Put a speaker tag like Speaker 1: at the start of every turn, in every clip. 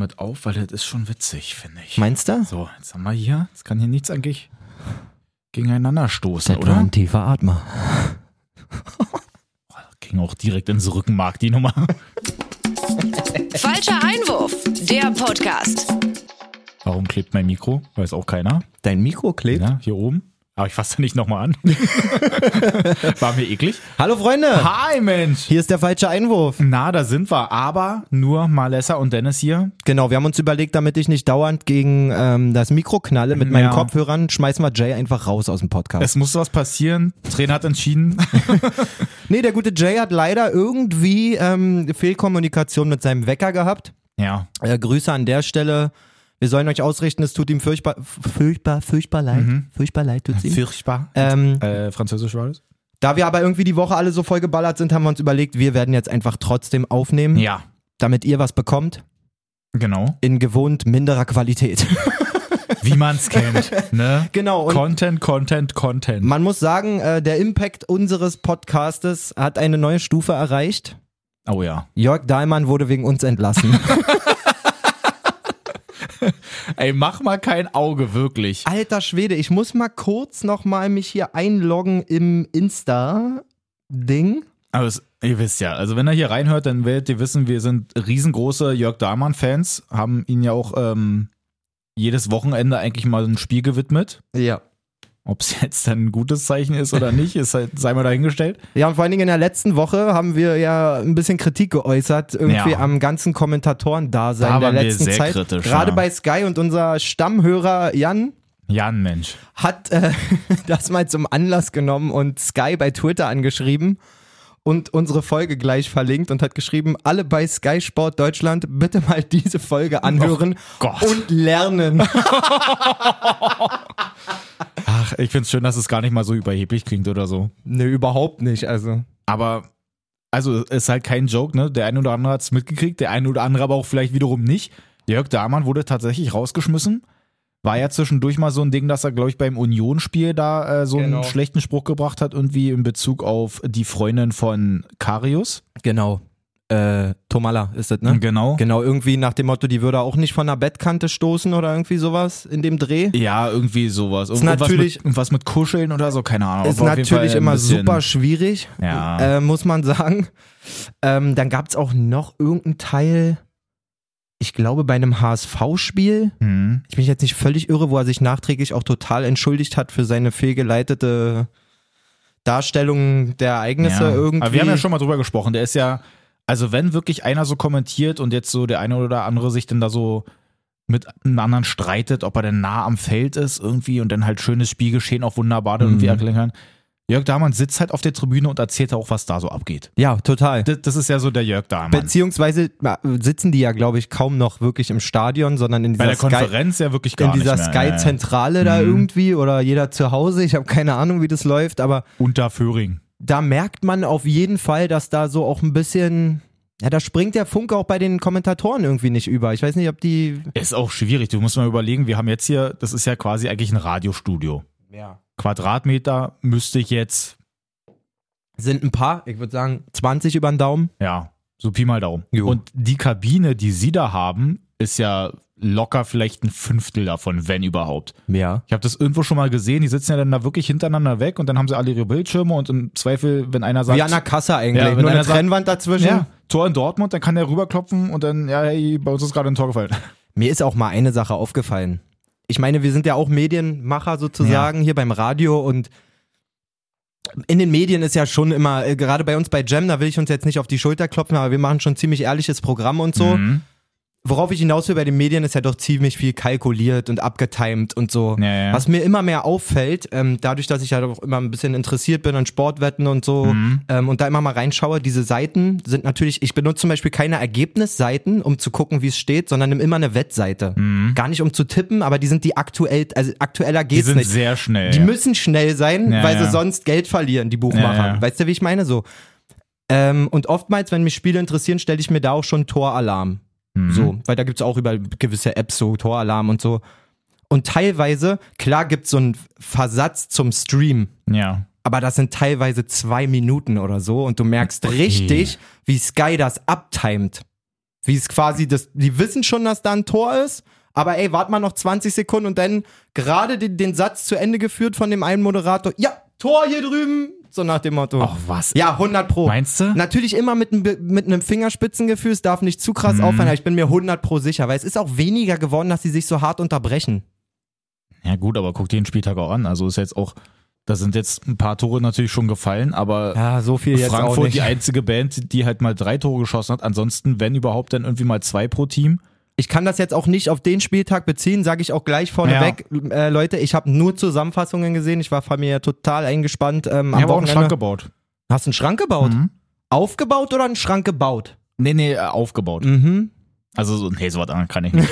Speaker 1: mit auf, weil das ist schon witzig, finde ich.
Speaker 2: Meinst du?
Speaker 1: So, jetzt haben wir hier, jetzt kann hier nichts eigentlich gegeneinander stoßen,
Speaker 2: Das war
Speaker 1: oder?
Speaker 2: ein tiefer Atmer.
Speaker 1: Ging auch direkt ins Rückenmark, die Nummer.
Speaker 3: Falscher Einwurf, der Podcast.
Speaker 1: Warum klebt mein Mikro? Weiß auch keiner.
Speaker 2: Dein Mikro klebt.
Speaker 1: Ja, hier oben. Aber ich fasse nicht nochmal an. War mir eklig.
Speaker 2: Hallo Freunde,
Speaker 1: Hi, Mensch!
Speaker 2: hier ist der falsche Einwurf.
Speaker 1: Na, da sind wir. Aber nur Malessa und Dennis hier.
Speaker 2: Genau, wir haben uns überlegt, damit ich nicht dauernd gegen ähm, das Mikro knalle mit meinen
Speaker 1: Ja.
Speaker 2: Kopfhörern, schmeißen wir Jay einfach raus aus dem Podcast.
Speaker 1: Es musste was passieren. Trainer hat entschieden.
Speaker 2: nee, der gute Jay hat leider irgendwie ähm, Fehlkommunikation mit seinem Wecker gehabt.
Speaker 1: ja.
Speaker 2: Äh, Grüße an der Stelle. Wir sollen euch ausrichten, es tut ihm furchtbar, furchtbar, furchtbar leid. Furchtbar leid tut's ihm.
Speaker 1: Furchtbar.
Speaker 2: Ähm,
Speaker 1: Äh, Französisch war das?
Speaker 2: Da wir aber irgendwie die Woche alle so vollgeballert sind, haben wir uns überlegt, wir werden jetzt einfach trotzdem aufnehmen,
Speaker 1: Ja,
Speaker 2: damit ihr was bekommt.
Speaker 1: genau.
Speaker 2: In gewohnt minderer Qualität.
Speaker 1: Wie man es kennt. Ne?
Speaker 2: genau. Und
Speaker 1: Content, Content, Content.
Speaker 2: man muss sagen, äh, der Impact unseres Podcastes hat eine neue Stufe erreicht.
Speaker 1: Oh ja.
Speaker 2: Jörg Dahlmann wurde wegen uns entlassen.
Speaker 1: Ey, mach mal kein Auge, wirklich.
Speaker 2: Alter Schwede, ich muss mal kurz nochmal mich hier einloggen im Insta-Ding.
Speaker 1: Aber es, ihr wisst ja, also wenn er hier reinhört, dann werdet ihr wissen, wir sind riesengroße Jörg Dahmann-Fans, haben ihn ja auch ähm, jedes Wochenende eigentlich mal ein Spiel gewidmet.
Speaker 2: Ja.
Speaker 1: Ob es jetzt dann ein gutes Zeichen ist oder nicht, ist halt, sei mal dahingestellt.
Speaker 2: Ja, und vor allen Dingen in der letzten Woche haben wir ja ein bisschen Kritik geäußert, irgendwie
Speaker 1: Ja.
Speaker 2: am ganzen Kommentatoren-Dasein
Speaker 1: Da
Speaker 2: der
Speaker 1: waren wir
Speaker 2: letzten
Speaker 1: sehr
Speaker 2: Zeit.
Speaker 1: kritisch,
Speaker 2: Gerade
Speaker 1: ja.
Speaker 2: bei Sky und unser Stammhörer Jan
Speaker 1: Jan, Mensch.
Speaker 2: hat äh, das mal zum Anlass genommen und Sky bei Twitter angeschrieben und unsere Folge gleich verlinkt und hat geschrieben, alle bei Sky Sport Deutschland bitte mal diese Folge anhören
Speaker 1: Gott.
Speaker 2: und lernen.
Speaker 1: Ach, ich find's schön, dass es gar nicht mal so überheblich klingt oder so.
Speaker 2: nee, überhaupt nicht, also.
Speaker 1: Aber, also, ist halt kein Joke, ne? Der eine oder andere hat's mitgekriegt, der eine oder andere aber auch vielleicht wiederum nicht. Jörg Dahmann wurde tatsächlich rausgeschmissen. War ja zwischendurch mal so ein Ding, dass er, glaube ich, beim Union-Spiel da äh, so
Speaker 2: Genau.
Speaker 1: einen schlechten Spruch gebracht hat, irgendwie in Bezug auf die Freundin von Karius.
Speaker 2: Genau. Äh, Tomala ist das, ne?
Speaker 1: Genau.
Speaker 2: Genau, irgendwie nach dem Motto, die würde auch nicht von der Bettkante stoßen oder irgendwie sowas in dem Dreh.
Speaker 1: Ja, irgendwie sowas.
Speaker 2: Ist
Speaker 1: Irgendwas
Speaker 2: natürlich-
Speaker 1: mit, irgendwas mit Kuscheln oder so, keine Ahnung.
Speaker 2: ist
Speaker 1: Aber auf jeden Fall
Speaker 2: natürlich
Speaker 1: ein
Speaker 2: immer
Speaker 1: bisschen-
Speaker 2: super schwierig,
Speaker 1: Ja.
Speaker 2: äh, muss man sagen. Ähm, dann gab es auch noch irgendeinen Teil, ich glaube bei einem HSV-Spiel,
Speaker 1: Hm.
Speaker 2: ich bin jetzt nicht völlig irre, wo er sich nachträglich auch total entschuldigt hat für seine fehlgeleitete Darstellung der Ereignisse
Speaker 1: ja.
Speaker 2: irgendwie.
Speaker 1: Aber wir haben ja schon mal drüber gesprochen. Der ist ja, also wenn wirklich einer so kommentiert und jetzt so der eine oder andere sich dann da so mit einem anderen streitet, ob er denn nah am Feld ist irgendwie und dann halt schönes Spielgeschehen auch wunderbar dann irgendwie
Speaker 2: Mhm.
Speaker 1: erklären kann. Jörg Dahmann sitzt halt auf der Tribüne und erzählt auch, was da so abgeht.
Speaker 2: ja, total.
Speaker 1: Das, das ist ja so der Jörg Dahmann.
Speaker 2: Beziehungsweise äh, sitzen die ja, glaube ich, kaum noch wirklich im Stadion, sondern in
Speaker 1: Bei
Speaker 2: dieser
Speaker 1: der
Speaker 2: Sky
Speaker 1: Konferenz ja wirklich gar
Speaker 2: in dieser
Speaker 1: nicht mehr. Ja, ja.
Speaker 2: Sky-Zentrale da
Speaker 1: Mhm.
Speaker 2: irgendwie oder jeder zu Hause. Ich habe keine Ahnung, wie das läuft, aber
Speaker 1: Unter Föhring.
Speaker 2: da merkt man auf jeden Fall, dass da so auch ein bisschen. Ja, da springt der Funke auch bei den Kommentatoren irgendwie nicht über. Ich weiß nicht, ob die.
Speaker 1: Ist auch schwierig. Du musst mal überlegen, wir haben jetzt hier, das ist ja quasi eigentlich ein Radiostudio.
Speaker 2: Ja.
Speaker 1: Quadratmeter müsste ich jetzt,
Speaker 2: Sind ein paar, ich würde sagen, 20 über den Daumen.
Speaker 1: ja, so Pi mal Daumen.
Speaker 2: Jo.
Speaker 1: Und die Kabine, die sie da haben, ist ja locker vielleicht ein Fünftel davon, wenn überhaupt.
Speaker 2: Ja.
Speaker 1: Ich habe das irgendwo schon mal gesehen, die sitzen ja dann da wirklich hintereinander weg und dann haben sie alle ihre Bildschirme und im Zweifel, wenn einer sagt,
Speaker 2: Wie an der Kasse eigentlich.
Speaker 1: Ja, wenn
Speaker 2: Nur eine
Speaker 1: einer sagt-
Speaker 2: Trennwand dazwischen.
Speaker 1: ja, Tor in Dortmund, dann kann der rüberklopfen und dann, ja, hey, bei uns ist gerade ein Tor gefallen.
Speaker 2: Mir ist auch mal eine Sache aufgefallen. Ich meine, wir sind ja auch Medienmacher sozusagen hier beim Radio und in den Medien ist ja schon immer, äh, gerade bei uns bei Jam, da will ich uns jetzt nicht auf die Schulter klopfen, aber wir machen schon ziemlich ehrliches Programm und so.
Speaker 1: Mhm.
Speaker 2: Worauf ich hinaus will bei den Medien ist ja doch ziemlich viel kalkuliert und abgetimed und so.
Speaker 1: Ja, ja.
Speaker 2: Was mir immer mehr auffällt, ähm, dadurch, dass ich ja doch immer ein bisschen interessiert bin an Sportwetten und so
Speaker 1: Mhm.
Speaker 2: ähm, und da immer mal reinschaue, diese Seiten sind natürlich, ich benutze zum Beispiel keine Ergebnisseiten, um zu gucken, wie es steht, sondern nimm immer eine Wettseite. Gar nicht um zu tippen, aber die sind die aktuell, also aktueller
Speaker 1: Mhm. Die
Speaker 2: geht's
Speaker 1: sind
Speaker 2: nicht.
Speaker 1: sehr schnell.
Speaker 2: Die
Speaker 1: ja.
Speaker 2: müssen schnell sein,
Speaker 1: Ja,
Speaker 2: weil
Speaker 1: ja.
Speaker 2: sie sonst Geld verlieren, die Buchmacher.
Speaker 1: Ja, ja.
Speaker 2: Weißt du, wie ich meine? So. Ähm, und oftmals, wenn mich Spiele interessieren, stelle ich mir da auch schon Toralarm.
Speaker 1: Mhm.
Speaker 2: So, weil da gibt es auch über gewisse Apps so Toralarm und so. Und teilweise, klar gibt es so einen Versatz zum Stream,
Speaker 1: ja.
Speaker 2: aber das sind teilweise zwei Minuten oder so und du merkst richtig, wie Sky das abtimet. Wie es quasi, das, die wissen schon, dass da ein Tor ist, aber ey, wart mal noch 20 Sekunden und dann gerade den, den Satz zu Ende geführt von dem einen Moderator. Ja, Tor hier drüben! So nach dem Motto.
Speaker 1: Ach was.
Speaker 2: Ja, 100 Pro.
Speaker 1: Meinst du?
Speaker 2: Natürlich immer mit, einem Be- mit einem Fingerspitzengefühl, es darf nicht zu krass auffallen, aber ich bin mir 100 Pro sicher, weil es ist auch weniger geworden, dass sie sich so hart unterbrechen.
Speaker 1: Ja gut, aber guck dir den Spieltag auch an. Also ist jetzt auch, da sind jetzt ein paar Tore natürlich schon gefallen, aber
Speaker 2: Ja, so viel jetzt auch
Speaker 1: Frankfurt
Speaker 2: nicht.
Speaker 1: die einzige Band, die halt mal drei Tore geschossen hat. Ansonsten, wenn überhaupt, dann irgendwie mal zwei pro Team.
Speaker 2: ich kann das jetzt auch nicht auf den Spieltag beziehen, sage ich auch gleich vorneweg. Äh, Leute, ich habe nur Zusammenfassungen gesehen, ich war familiär total eingespannt. Ähm,
Speaker 1: Ich
Speaker 2: am
Speaker 1: habe auch einen
Speaker 2: Wochenende-
Speaker 1: Schrank gebaut.
Speaker 2: Hast du einen Schrank gebaut?
Speaker 1: Mhm.
Speaker 2: Aufgebaut oder einen Schrank gebaut?
Speaker 1: Nee, nee, äh, aufgebaut.
Speaker 2: Mhm.
Speaker 1: Also so, nee, sowas anderes kann ich nicht.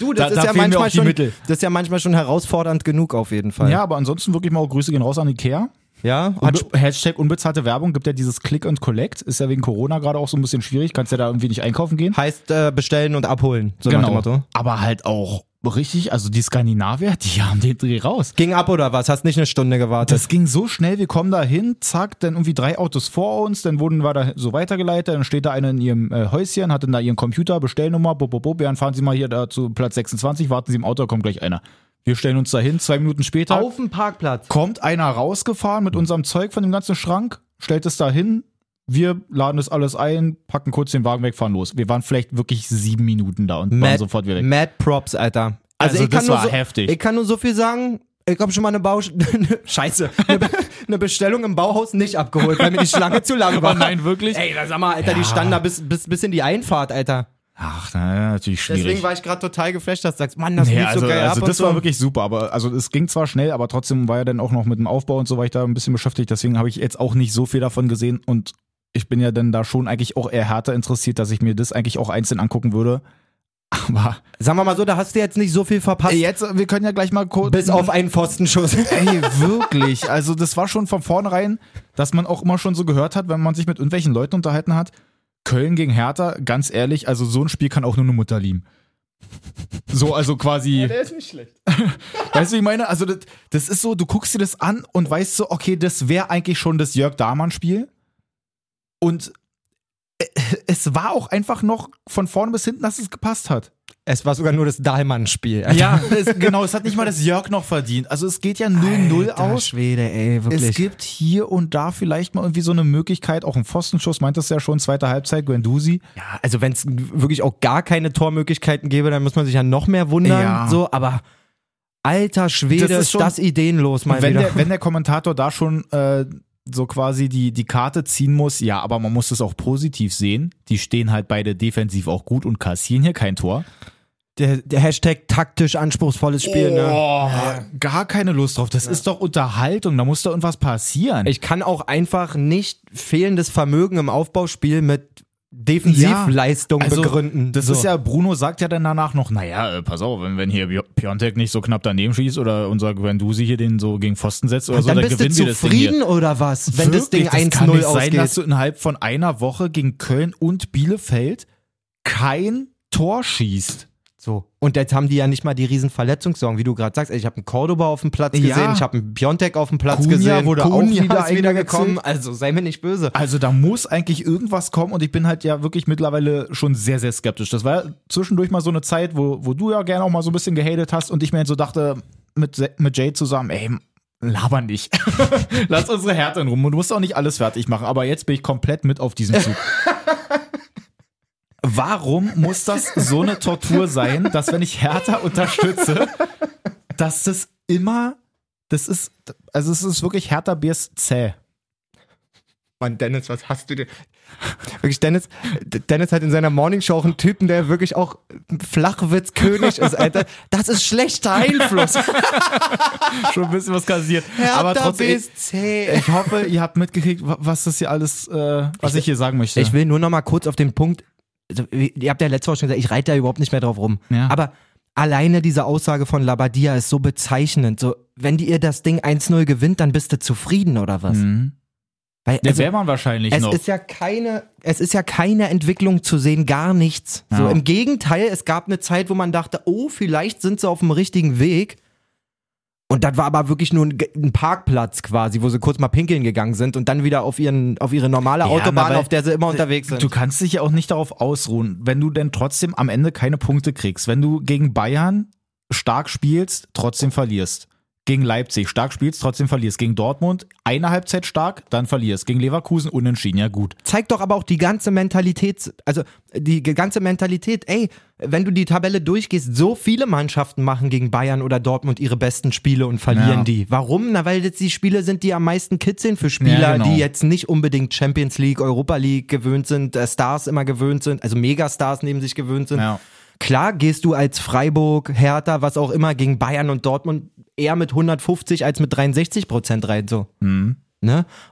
Speaker 2: Du, das,
Speaker 1: Da-
Speaker 2: ist
Speaker 1: da
Speaker 2: ja
Speaker 1: fehlen mir
Speaker 2: manchmal
Speaker 1: auch die
Speaker 2: schon,
Speaker 1: Mittel.
Speaker 2: das ist ja manchmal schon herausfordernd genug auf jeden Fall.
Speaker 1: ja, aber ansonsten wirklich mal auch Grüße gehen raus an Ikea.
Speaker 2: ja? Hat,
Speaker 1: Unbe Hashtag unbezahlte Werbung gibt ja dieses Click and Collect. Ist ja wegen Corona gerade auch so ein bisschen schwierig. Kannst ja da irgendwie nicht einkaufen gehen.
Speaker 2: heißt äh, bestellen und abholen, so nach dem Motto.
Speaker 1: Aber halt auch richtig, also die Skandinavier, die haben den Dreh raus.
Speaker 2: Ging ab oder was? Hast nicht eine Stunde gewartet?
Speaker 1: Das ging so schnell, wir kommen da hin, zack, dann irgendwie drei Autos vor uns, dann wurden wir da so weitergeleitet, dann steht da einer in ihrem äh, Häuschen, hat dann da ihren Computer, Bestellnummer, bo, bo, bo, dann fahren Sie mal hier da zu Platz 26, warten Sie im Auto, da kommt gleich einer. Wir stellen uns da hin, zwei Minuten später
Speaker 2: auf dem Parkplatz.
Speaker 1: kommt einer rausgefahren mit unserem Zeug von dem ganzen Schrank, stellt es da hin, wir laden das alles ein, packen kurz den Wagen weg, fahren los. Wir waren vielleicht wirklich sieben Minuten da und waren sofort wieder weg.
Speaker 2: Mad Props, Alter.
Speaker 1: Also
Speaker 2: ich
Speaker 1: das
Speaker 2: kann nur
Speaker 1: war
Speaker 2: so,
Speaker 1: heftig.
Speaker 2: Ich kann nur so viel sagen. Ich habe schon mal eine Bausch Scheiße, eine, Be eine Bestellung im Bauhaus nicht abgeholt, weil mir die Schlange zu lang war.
Speaker 1: Oh nein, wirklich?
Speaker 2: Ey, da sag mal, Alter, die
Speaker 1: Ja.
Speaker 2: standen da bis, bis, bis in die Einfahrt, Alter.
Speaker 1: Ach, na, natürlich schwierig.
Speaker 2: Deswegen war ich gerade total geflasht, dass du sagst, Mann, das lief
Speaker 1: ja, also,
Speaker 2: so geil
Speaker 1: also
Speaker 2: ab
Speaker 1: das
Speaker 2: und so.
Speaker 1: war wirklich super, aber also es ging zwar schnell, aber trotzdem war ja dann auch noch mit dem Aufbau und so war ich da ein bisschen beschäftigt, deswegen habe ich jetzt auch nicht so viel davon gesehen und ich bin ja dann da schon eigentlich auch eher härter interessiert, dass ich mir das eigentlich auch einzeln angucken würde. Aber
Speaker 2: Sagen wir mal so, da hast du jetzt nicht so viel verpasst,
Speaker 1: jetzt, wir können ja gleich mal kurz.
Speaker 2: bis auf einen Pfostenschuss.
Speaker 1: Ey, wirklich. Also, das war schon von vornherein, dass man auch immer schon so gehört hat, wenn man sich mit irgendwelchen Leuten unterhalten hat. Köln gegen Hertha, ganz ehrlich, also so ein Spiel kann auch nur eine Mutter lieben. So, also quasi. der ist nicht schlecht. weißt du, wie ich meine, also das, das ist so, du guckst dir das an und weißt so, okay, das wäre eigentlich schon das Jörg Dahmann-Spiel. Und äh, es war auch einfach noch von vorne bis hinten, dass es gepasst hat.
Speaker 2: es war sogar nur das Dahlmann-Spiel. Alter.
Speaker 1: Ja, es, genau, es hat nicht mal das Jörg noch verdient. Also es geht ja 0-0
Speaker 2: Alter
Speaker 1: aus.
Speaker 2: Schwede, ey, wirklich.
Speaker 1: Es gibt hier und da vielleicht mal irgendwie so eine Möglichkeit, auch ein Pfostenschuss, meintest du ja schon, zweite Halbzeit, Guendouzi.
Speaker 2: Ja, also wenn es wirklich auch gar keine Tormöglichkeiten gäbe, dann muss man sich ja noch mehr wundern.
Speaker 1: Ja.
Speaker 2: So, aber alter Schwede,
Speaker 1: Das ist
Speaker 2: ist,
Speaker 1: schon-
Speaker 2: das ideenlos, mein
Speaker 1: Wenn
Speaker 2: Lieber.
Speaker 1: der, wenn der Kommentator da schon äh, so quasi die, die Karte ziehen muss, ja, aber man muss es auch positiv sehen. Die stehen halt beide defensiv auch gut und kassieren hier kein Tor.
Speaker 2: Der, der Hashtag taktisch anspruchsvolles Spiel, ne?
Speaker 1: gar keine Lust drauf. Das ist doch Unterhaltung, da muss doch irgendwas passieren.
Speaker 2: Ich kann auch einfach nicht fehlendes Vermögen im Aufbauspiel mit Defensivleistung
Speaker 1: Also,
Speaker 2: begründen.
Speaker 1: Das
Speaker 2: So.
Speaker 1: ist ja, Bruno sagt ja dann danach noch, naja, äh, pass auf, wenn, wenn hier Bio- Piontek nicht so knapp daneben schießt oder unser Guendouzi hier den so gegen Pfosten setzt oder so,
Speaker 2: dann
Speaker 1: Also, dann
Speaker 2: bist du
Speaker 1: gewinnen wir das Ding
Speaker 2: zufrieden
Speaker 1: hier.
Speaker 2: oder was, wenn
Speaker 1: Wirklich,
Speaker 2: das Ding
Speaker 1: kann
Speaker 2: 1-0
Speaker 1: nicht sein,
Speaker 2: ausgeht?
Speaker 1: dass du innerhalb von einer Woche gegen Köln und Bielefeld kein Tor schießt.
Speaker 2: So. Und jetzt haben die ja nicht mal die riesen Verletzungssorgen, wie du gerade sagst. Ey, Ich habe einen Cordoba auf dem Platz
Speaker 1: Ja.
Speaker 2: gesehen, ich habe einen Piontek auf dem Platz
Speaker 1: Cunha
Speaker 2: gesehen,
Speaker 1: wurde auch wieder
Speaker 2: ist wieder
Speaker 1: eingewechselt.
Speaker 2: gekommen. Also sei mir nicht böse.
Speaker 1: Also da muss eigentlich irgendwas kommen und ich bin halt ja wirklich mittlerweile schon sehr, sehr skeptisch. Das war ja zwischendurch mal so eine Zeit, wo, wo du ja gerne auch mal so ein bisschen gehatet hast und ich mir halt so dachte, mit, Se- mit Jade zusammen, ey, laber nicht. Lass unsere Härte in Ruhe. Du musst auch nicht alles fertig machen, aber jetzt bin ich komplett mit auf diesem Zug. Warum muss das so eine Tortur sein, dass wenn ich Hertha unterstütze, dass das immer, das ist, also es ist wirklich Hertha Biers zäh.
Speaker 2: Mann, Dennis, was hast du denn? Wirklich, Dennis, D- Dennis hat in seiner Morningshow auch einen Typen, der wirklich auch Flachwitzkönig ist, Alter. Das ist schlechter Einfluss.
Speaker 1: schon ein bisschen was kassiert. aber trotzdem, ich,
Speaker 2: BSC.
Speaker 1: ich hoffe, ihr habt mitgekriegt, wa- was das hier alles, äh, was ich, hier sagen möchte.
Speaker 2: Ich will nur noch mal kurz auf den Punkt, also, ihr habt ja letzte Woche schon gesagt, ich reite da überhaupt nicht mehr drauf rum.
Speaker 1: Ja.
Speaker 2: Aber alleine diese Aussage von Labadia ist so bezeichnend. So, wenn die ihr das Ding 1-0 gewinnt, dann bist du zufrieden oder was?
Speaker 1: Mhm.
Speaker 2: Weil,
Speaker 1: Der
Speaker 2: also-
Speaker 1: wäre man wahrscheinlich
Speaker 2: Es
Speaker 1: noch.
Speaker 2: ist ja keine, es ist ja keine Entwicklung zu sehen, gar nichts. So
Speaker 1: Ja.
Speaker 2: im Gegenteil, es gab eine Zeit, wo man dachte, oh, vielleicht sind sie auf dem richtigen Weg. Und das war aber wirklich nur ein, Ge- ein Parkplatz quasi, wo sie kurz mal pinkeln gegangen sind und dann wieder auf, ihren, auf ihre normale Autobahn,
Speaker 1: aber
Speaker 2: auf der sie immer unterwegs sind.
Speaker 1: Du kannst dich ja auch nicht darauf ausruhen, wenn du denn trotzdem am Ende keine Punkte kriegst. Wenn du gegen Bayern stark spielst, trotzdem verlierst. Gegen Leipzig stark spielst, trotzdem verlierst. Gegen Dortmund eine Halbzeit stark, dann verlierst. Gegen Leverkusen unentschieden, ja gut.
Speaker 2: zeigt doch aber auch die ganze Mentalität, also die ge- ganze Mentalität, ey, wenn du die Tabelle durchgehst, so viele Mannschaften machen gegen Bayern oder Dortmund ihre besten Spiele und verlieren
Speaker 1: Ja.
Speaker 2: die. Warum? Na, weil das die Spiele sind, die am meisten kitzeln für Spieler,
Speaker 1: Ja, genau.
Speaker 2: die jetzt nicht unbedingt Champions League, Europa League gewöhnt sind, äh, Stars immer gewöhnt sind, also Megastars neben sich gewöhnt sind.
Speaker 1: Ja.
Speaker 2: Klar gehst du als Freiburg, Hertha, was auch immer, gegen Bayern und Dortmund eher mit 150 als mit 63 Prozent rein, so. Ne?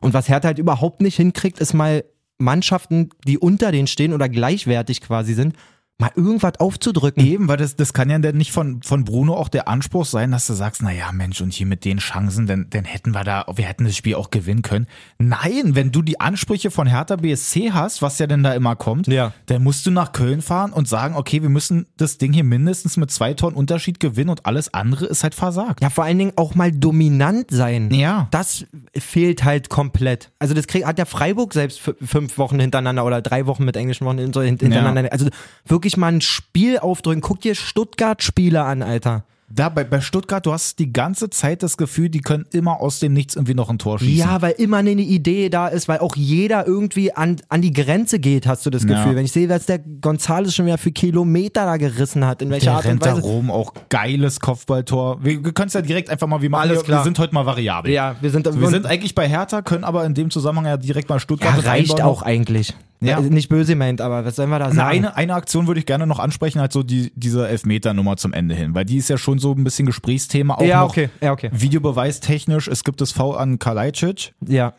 Speaker 2: Und was Hertha halt überhaupt nicht hinkriegt, ist mal Mannschaften, die unter denen stehen oder gleichwertig quasi sind, mal irgendwas aufzudrücken.
Speaker 1: Eben, weil das, das kann ja denn nicht von, von Bruno auch der Anspruch sein, dass du sagst, naja, Mensch, und hier mit den Chancen, dann, dann hätten wir da, wir hätten das Spiel auch gewinnen können. Nein, wenn du die Ansprüche von Hertha BSC hast, was ja denn da immer kommt,
Speaker 2: Ja.
Speaker 1: dann musst du nach Köln fahren und sagen, okay, wir müssen das Ding hier mindestens mit zwei Toren Unterschied gewinnen und alles andere ist halt versagt.
Speaker 2: Ja, vor allen Dingen auch mal dominant sein.
Speaker 1: Ja.
Speaker 2: Das fehlt halt komplett. Also das krieg, hat der Freiburg selbst fü- fünf Wochen hintereinander oder drei Wochen mit englischen Wochen hint- hintereinander. Also wirklich mal ein Spiel aufdrücken. Guck dir Stuttgart-Spiele an, Alter.
Speaker 1: Da bei, bei Stuttgart, du hast die ganze Zeit das Gefühl, die können immer aus dem Nichts irgendwie noch ein Tor schießen.
Speaker 2: Ja, weil immer eine Idee da ist, weil auch jeder irgendwie an, an die Grenze geht, hast du das
Speaker 1: Ja.
Speaker 2: Gefühl. Wenn ich sehe, was der Gonzales schon wieder für Kilometer da gerissen hat, in welcher
Speaker 1: Der
Speaker 2: Art und
Speaker 1: rennt da
Speaker 2: Weise.
Speaker 1: rum, auch geiles Kopfballtor. Wir, wir können es ja direkt einfach mal, wir, machen,
Speaker 2: Alles
Speaker 1: wir, wir
Speaker 2: klar.
Speaker 1: sind heute mal variabel.
Speaker 2: Ja, wir sind,
Speaker 1: Wir sind eigentlich bei Hertha, können aber in dem Zusammenhang ja direkt mal Stuttgart mit
Speaker 2: reicht
Speaker 1: reinbauen.
Speaker 2: auch eigentlich.
Speaker 1: Ja.
Speaker 2: Also Nicht böse meint, aber was sollen wir da
Speaker 1: Na,
Speaker 2: sagen?
Speaker 1: eine, eine Aktion würde ich gerne noch ansprechen, halt so die, diese Elfmeter-Nummer zum Ende hin, weil die ist ja schon so ein bisschen Gesprächsthema. Auch
Speaker 2: ja,
Speaker 1: noch
Speaker 2: okay, ja, okay.
Speaker 1: Videobeweistechnisch, es gibt das V an Kalajdzic.
Speaker 2: Ja.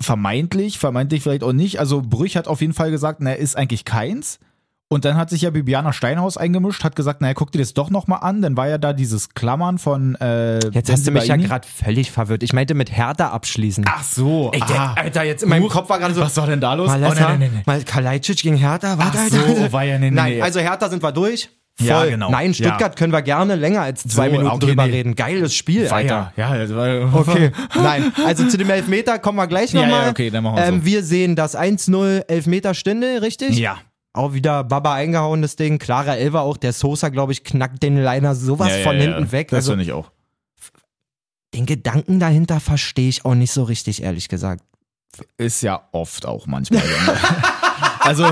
Speaker 1: Vermeintlich, vermeintlich vielleicht auch nicht. Also Brüch hat auf jeden Fall gesagt, na, ist eigentlich keins. Und dann hat sich ja Bibiana Steinhaus eingemischt, hat gesagt, naja, guck dir das doch nochmal an. Dann war ja da dieses Klammern von äh,
Speaker 2: Jetzt hast du mich ja
Speaker 1: Benzibaini.
Speaker 2: gerade völlig verwirrt. Ich meinte mit Hertha abschließen.
Speaker 1: Ach so.
Speaker 2: Ey, der-
Speaker 1: ah.
Speaker 2: Alter, jetzt in meinem
Speaker 1: Huch,
Speaker 2: Kopf war gerade so-
Speaker 1: Was war denn da los?
Speaker 2: Mal
Speaker 1: oh, nein, nein, nein, nein.
Speaker 2: Mal Kalajdzic gegen Hertha, warte,
Speaker 1: Ach
Speaker 2: Alter.
Speaker 1: so, war ja- nee, nee,
Speaker 2: Nein,
Speaker 1: nee.
Speaker 2: also Hertha sind wir durch. Voll.
Speaker 1: Ja, genau.
Speaker 2: Nein, Stuttgart
Speaker 1: Ja.
Speaker 2: können wir gerne länger als zwei
Speaker 1: So,
Speaker 2: Minuten
Speaker 1: okay,
Speaker 2: drüber
Speaker 1: nee.
Speaker 2: reden. Geiles Spiel,
Speaker 1: Weiter.
Speaker 2: Alter.
Speaker 1: Ja, das war,
Speaker 2: Okay, nein. Also zu dem Elfmeter kommen wir gleich
Speaker 1: Ja,
Speaker 2: nochmal.
Speaker 1: ja, okay, dann machen wir
Speaker 2: ähm,
Speaker 1: so.
Speaker 2: Wir sehen das 1-0 Elfmeter Stindel, richtig?
Speaker 1: Ja.
Speaker 2: Auch wieder Baba eingehauen, das Ding. Klarer Elfer auch. Der Sosa, glaube ich, knackt den Liner sowas
Speaker 1: ja,
Speaker 2: von
Speaker 1: ja,
Speaker 2: hinten
Speaker 1: ja.
Speaker 2: weg.
Speaker 1: Das
Speaker 2: Also
Speaker 1: finde ich auch.
Speaker 2: den Gedanken dahinter verstehe ich auch nicht so richtig, ehrlich gesagt.
Speaker 1: Ist ja oft auch manchmal. so. ne? also,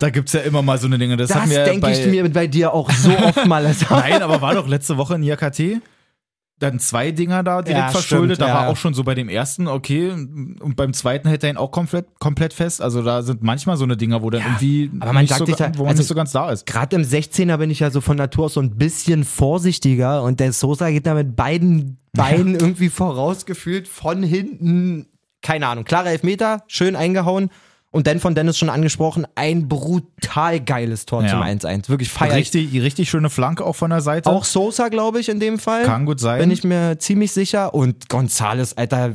Speaker 1: da gibt es ja immer mal so eine Dinge. Das,
Speaker 2: Das,
Speaker 1: hat mir
Speaker 2: denke
Speaker 1: bei,
Speaker 2: ich mir bei dir auch so oft mal. als-
Speaker 1: Nein, aber war doch letzte Woche in IAKT. Dann zwei Dinger da direkt
Speaker 2: Ja,
Speaker 1: verschuldet.
Speaker 2: stimmt,
Speaker 1: da
Speaker 2: ja.
Speaker 1: war auch schon so bei dem ersten, okay. Und beim zweiten hält er ihn auch komplett, komplett fest. Also da sind manchmal so eine Dinger, wo dann irgendwie
Speaker 2: aber man
Speaker 1: nicht
Speaker 2: sagt
Speaker 1: so,
Speaker 2: sich da-
Speaker 1: wo man
Speaker 2: also-
Speaker 1: nicht so ganz da ist.
Speaker 2: Gerade im 16er bin ich ja so von Natur aus so ein bisschen vorsichtiger und der Sosa geht da mit beiden Beinen irgendwie vorausgefühlt von hinten. Keine Ahnung, klare Elfmeter, schön eingehauen und dann von Dennis schon angesprochen, ein brutal geiles Tor
Speaker 1: Ja.
Speaker 2: zum 1-1. Wirklich feier ich.
Speaker 1: Richtig, richtig schöne Flanke auch von der Seite.
Speaker 2: Auch Sosa, glaube ich, in dem Fall.
Speaker 1: Kann gut sein.
Speaker 2: Bin ich mir ziemlich sicher. Und Gonzales, Alter,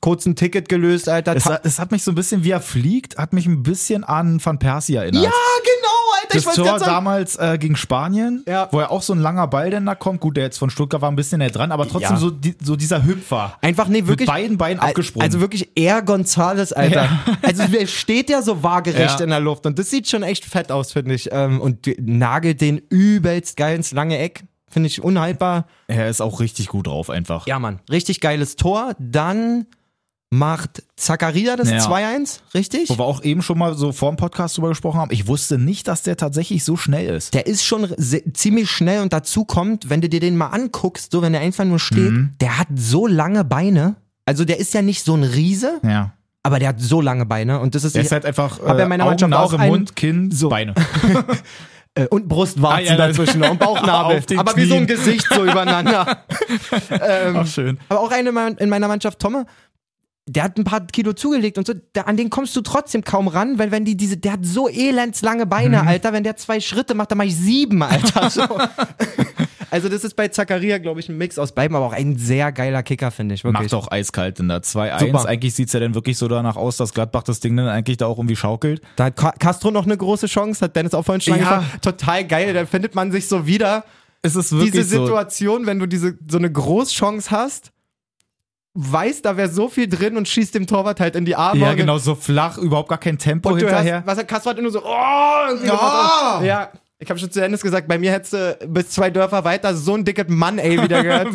Speaker 2: kurz ein Ticket gelöst, Alter.
Speaker 1: Es,
Speaker 2: Ta-
Speaker 1: hat- es hat mich so ein bisschen, wie er fliegt, hat mich ein bisschen an Van Persie erinnert.
Speaker 2: ja, genau, Alter,
Speaker 1: Das
Speaker 2: ich wollte
Speaker 1: Tor
Speaker 2: gerade sagen.
Speaker 1: damals äh, gegen Spanien,
Speaker 2: Ja.
Speaker 1: wo ja auch so ein langer Ball denn da kommt. Gut, der jetzt von Stuttgart war ein bisschen näher dran, aber trotzdem
Speaker 2: Ja.
Speaker 1: so, die, so dieser Hüpfer.
Speaker 2: Einfach, nee, wirklich.
Speaker 1: Mit beiden Beinen
Speaker 2: Al-
Speaker 1: abgesprungen.
Speaker 2: Also wirklich eher Gonzales, Alter. Also der steht ja so waagerecht
Speaker 1: Ja.
Speaker 2: in der Luft und das sieht schon echt fett aus, finde ich. Ähm, Und die- nagelt den übelst geil ins lange Eck. Finde ich unhaltbar.
Speaker 1: er ist auch richtig gut drauf einfach.
Speaker 2: Ja, Mann. Richtig geiles Tor. Dann macht Zakaria das
Speaker 1: Ja.
Speaker 2: 2-1, richtig?
Speaker 1: Wo wir auch eben schon mal so vor dem Podcast drüber gesprochen haben. Ich wusste nicht, dass der tatsächlich so schnell ist.
Speaker 2: der ist schon se- ziemlich schnell und dazu kommt, wenn du dir den mal anguckst, so wenn er einfach nur steht,
Speaker 1: Mhm.
Speaker 2: der hat so lange Beine. Also der ist ja nicht so ein Riese,
Speaker 1: Ja.
Speaker 2: aber der hat so lange Beine und das ist
Speaker 1: Der ist halt einfach
Speaker 2: Hab ja meine
Speaker 1: Augen,
Speaker 2: Mannschaft auch
Speaker 1: Nase,
Speaker 2: einen-
Speaker 1: Mund, Kinn, Beine.
Speaker 2: Äh, und Brustwarzen
Speaker 1: Ah, ja,
Speaker 2: dazwischen noch und Bauchnabel.
Speaker 1: Auf den
Speaker 2: aber wie so ein
Speaker 1: Knien.
Speaker 2: Gesicht so übereinander. ähm,
Speaker 1: Auch schön.
Speaker 2: aber auch eine Mann- in meiner Mannschaft, Tomme, der hat ein paar Kilo zugelegt und so, der, an den kommst du trotzdem kaum ran, weil wenn die diese, der hat so elendslange Beine,
Speaker 1: Mhm.
Speaker 2: Alter, wenn der zwei Schritte macht, dann mach ich sieben, Alter. So. also das ist bei Zakaria, glaube ich, ein Mix aus beiden, aber auch ein sehr geiler Kicker, finde ich, wirklich.
Speaker 1: Macht auch eiskalt in der 2-1.
Speaker 2: Super.
Speaker 1: Eigentlich sieht es ja dann wirklich so danach aus, dass Gladbach das Ding dann eigentlich da auch irgendwie schaukelt.
Speaker 2: Da hat Ca- Castro noch eine große Chance, hat Dennis auch vorhin schon
Speaker 1: Ja.
Speaker 2: gesagt. Total geil, da findet man sich so wieder.
Speaker 1: es ist wirklich
Speaker 2: diese
Speaker 1: so.
Speaker 2: Situation, wenn du diese, so eine Großchance hast, weißt, da wäre so viel drin und schießt dem Torwart halt in die Arme.
Speaker 1: Ja,
Speaker 2: und-
Speaker 1: genau, so flach, überhaupt gar kein Tempo
Speaker 2: Und du
Speaker 1: hinterher.
Speaker 2: hörst, was hat Kaspar nur so, oh, ja. ja. Ich habe schon zu Dennis gesagt, bei mir hättest du bis zwei Dörfer weiter so ein dickes Mann, ey, wieder gehört.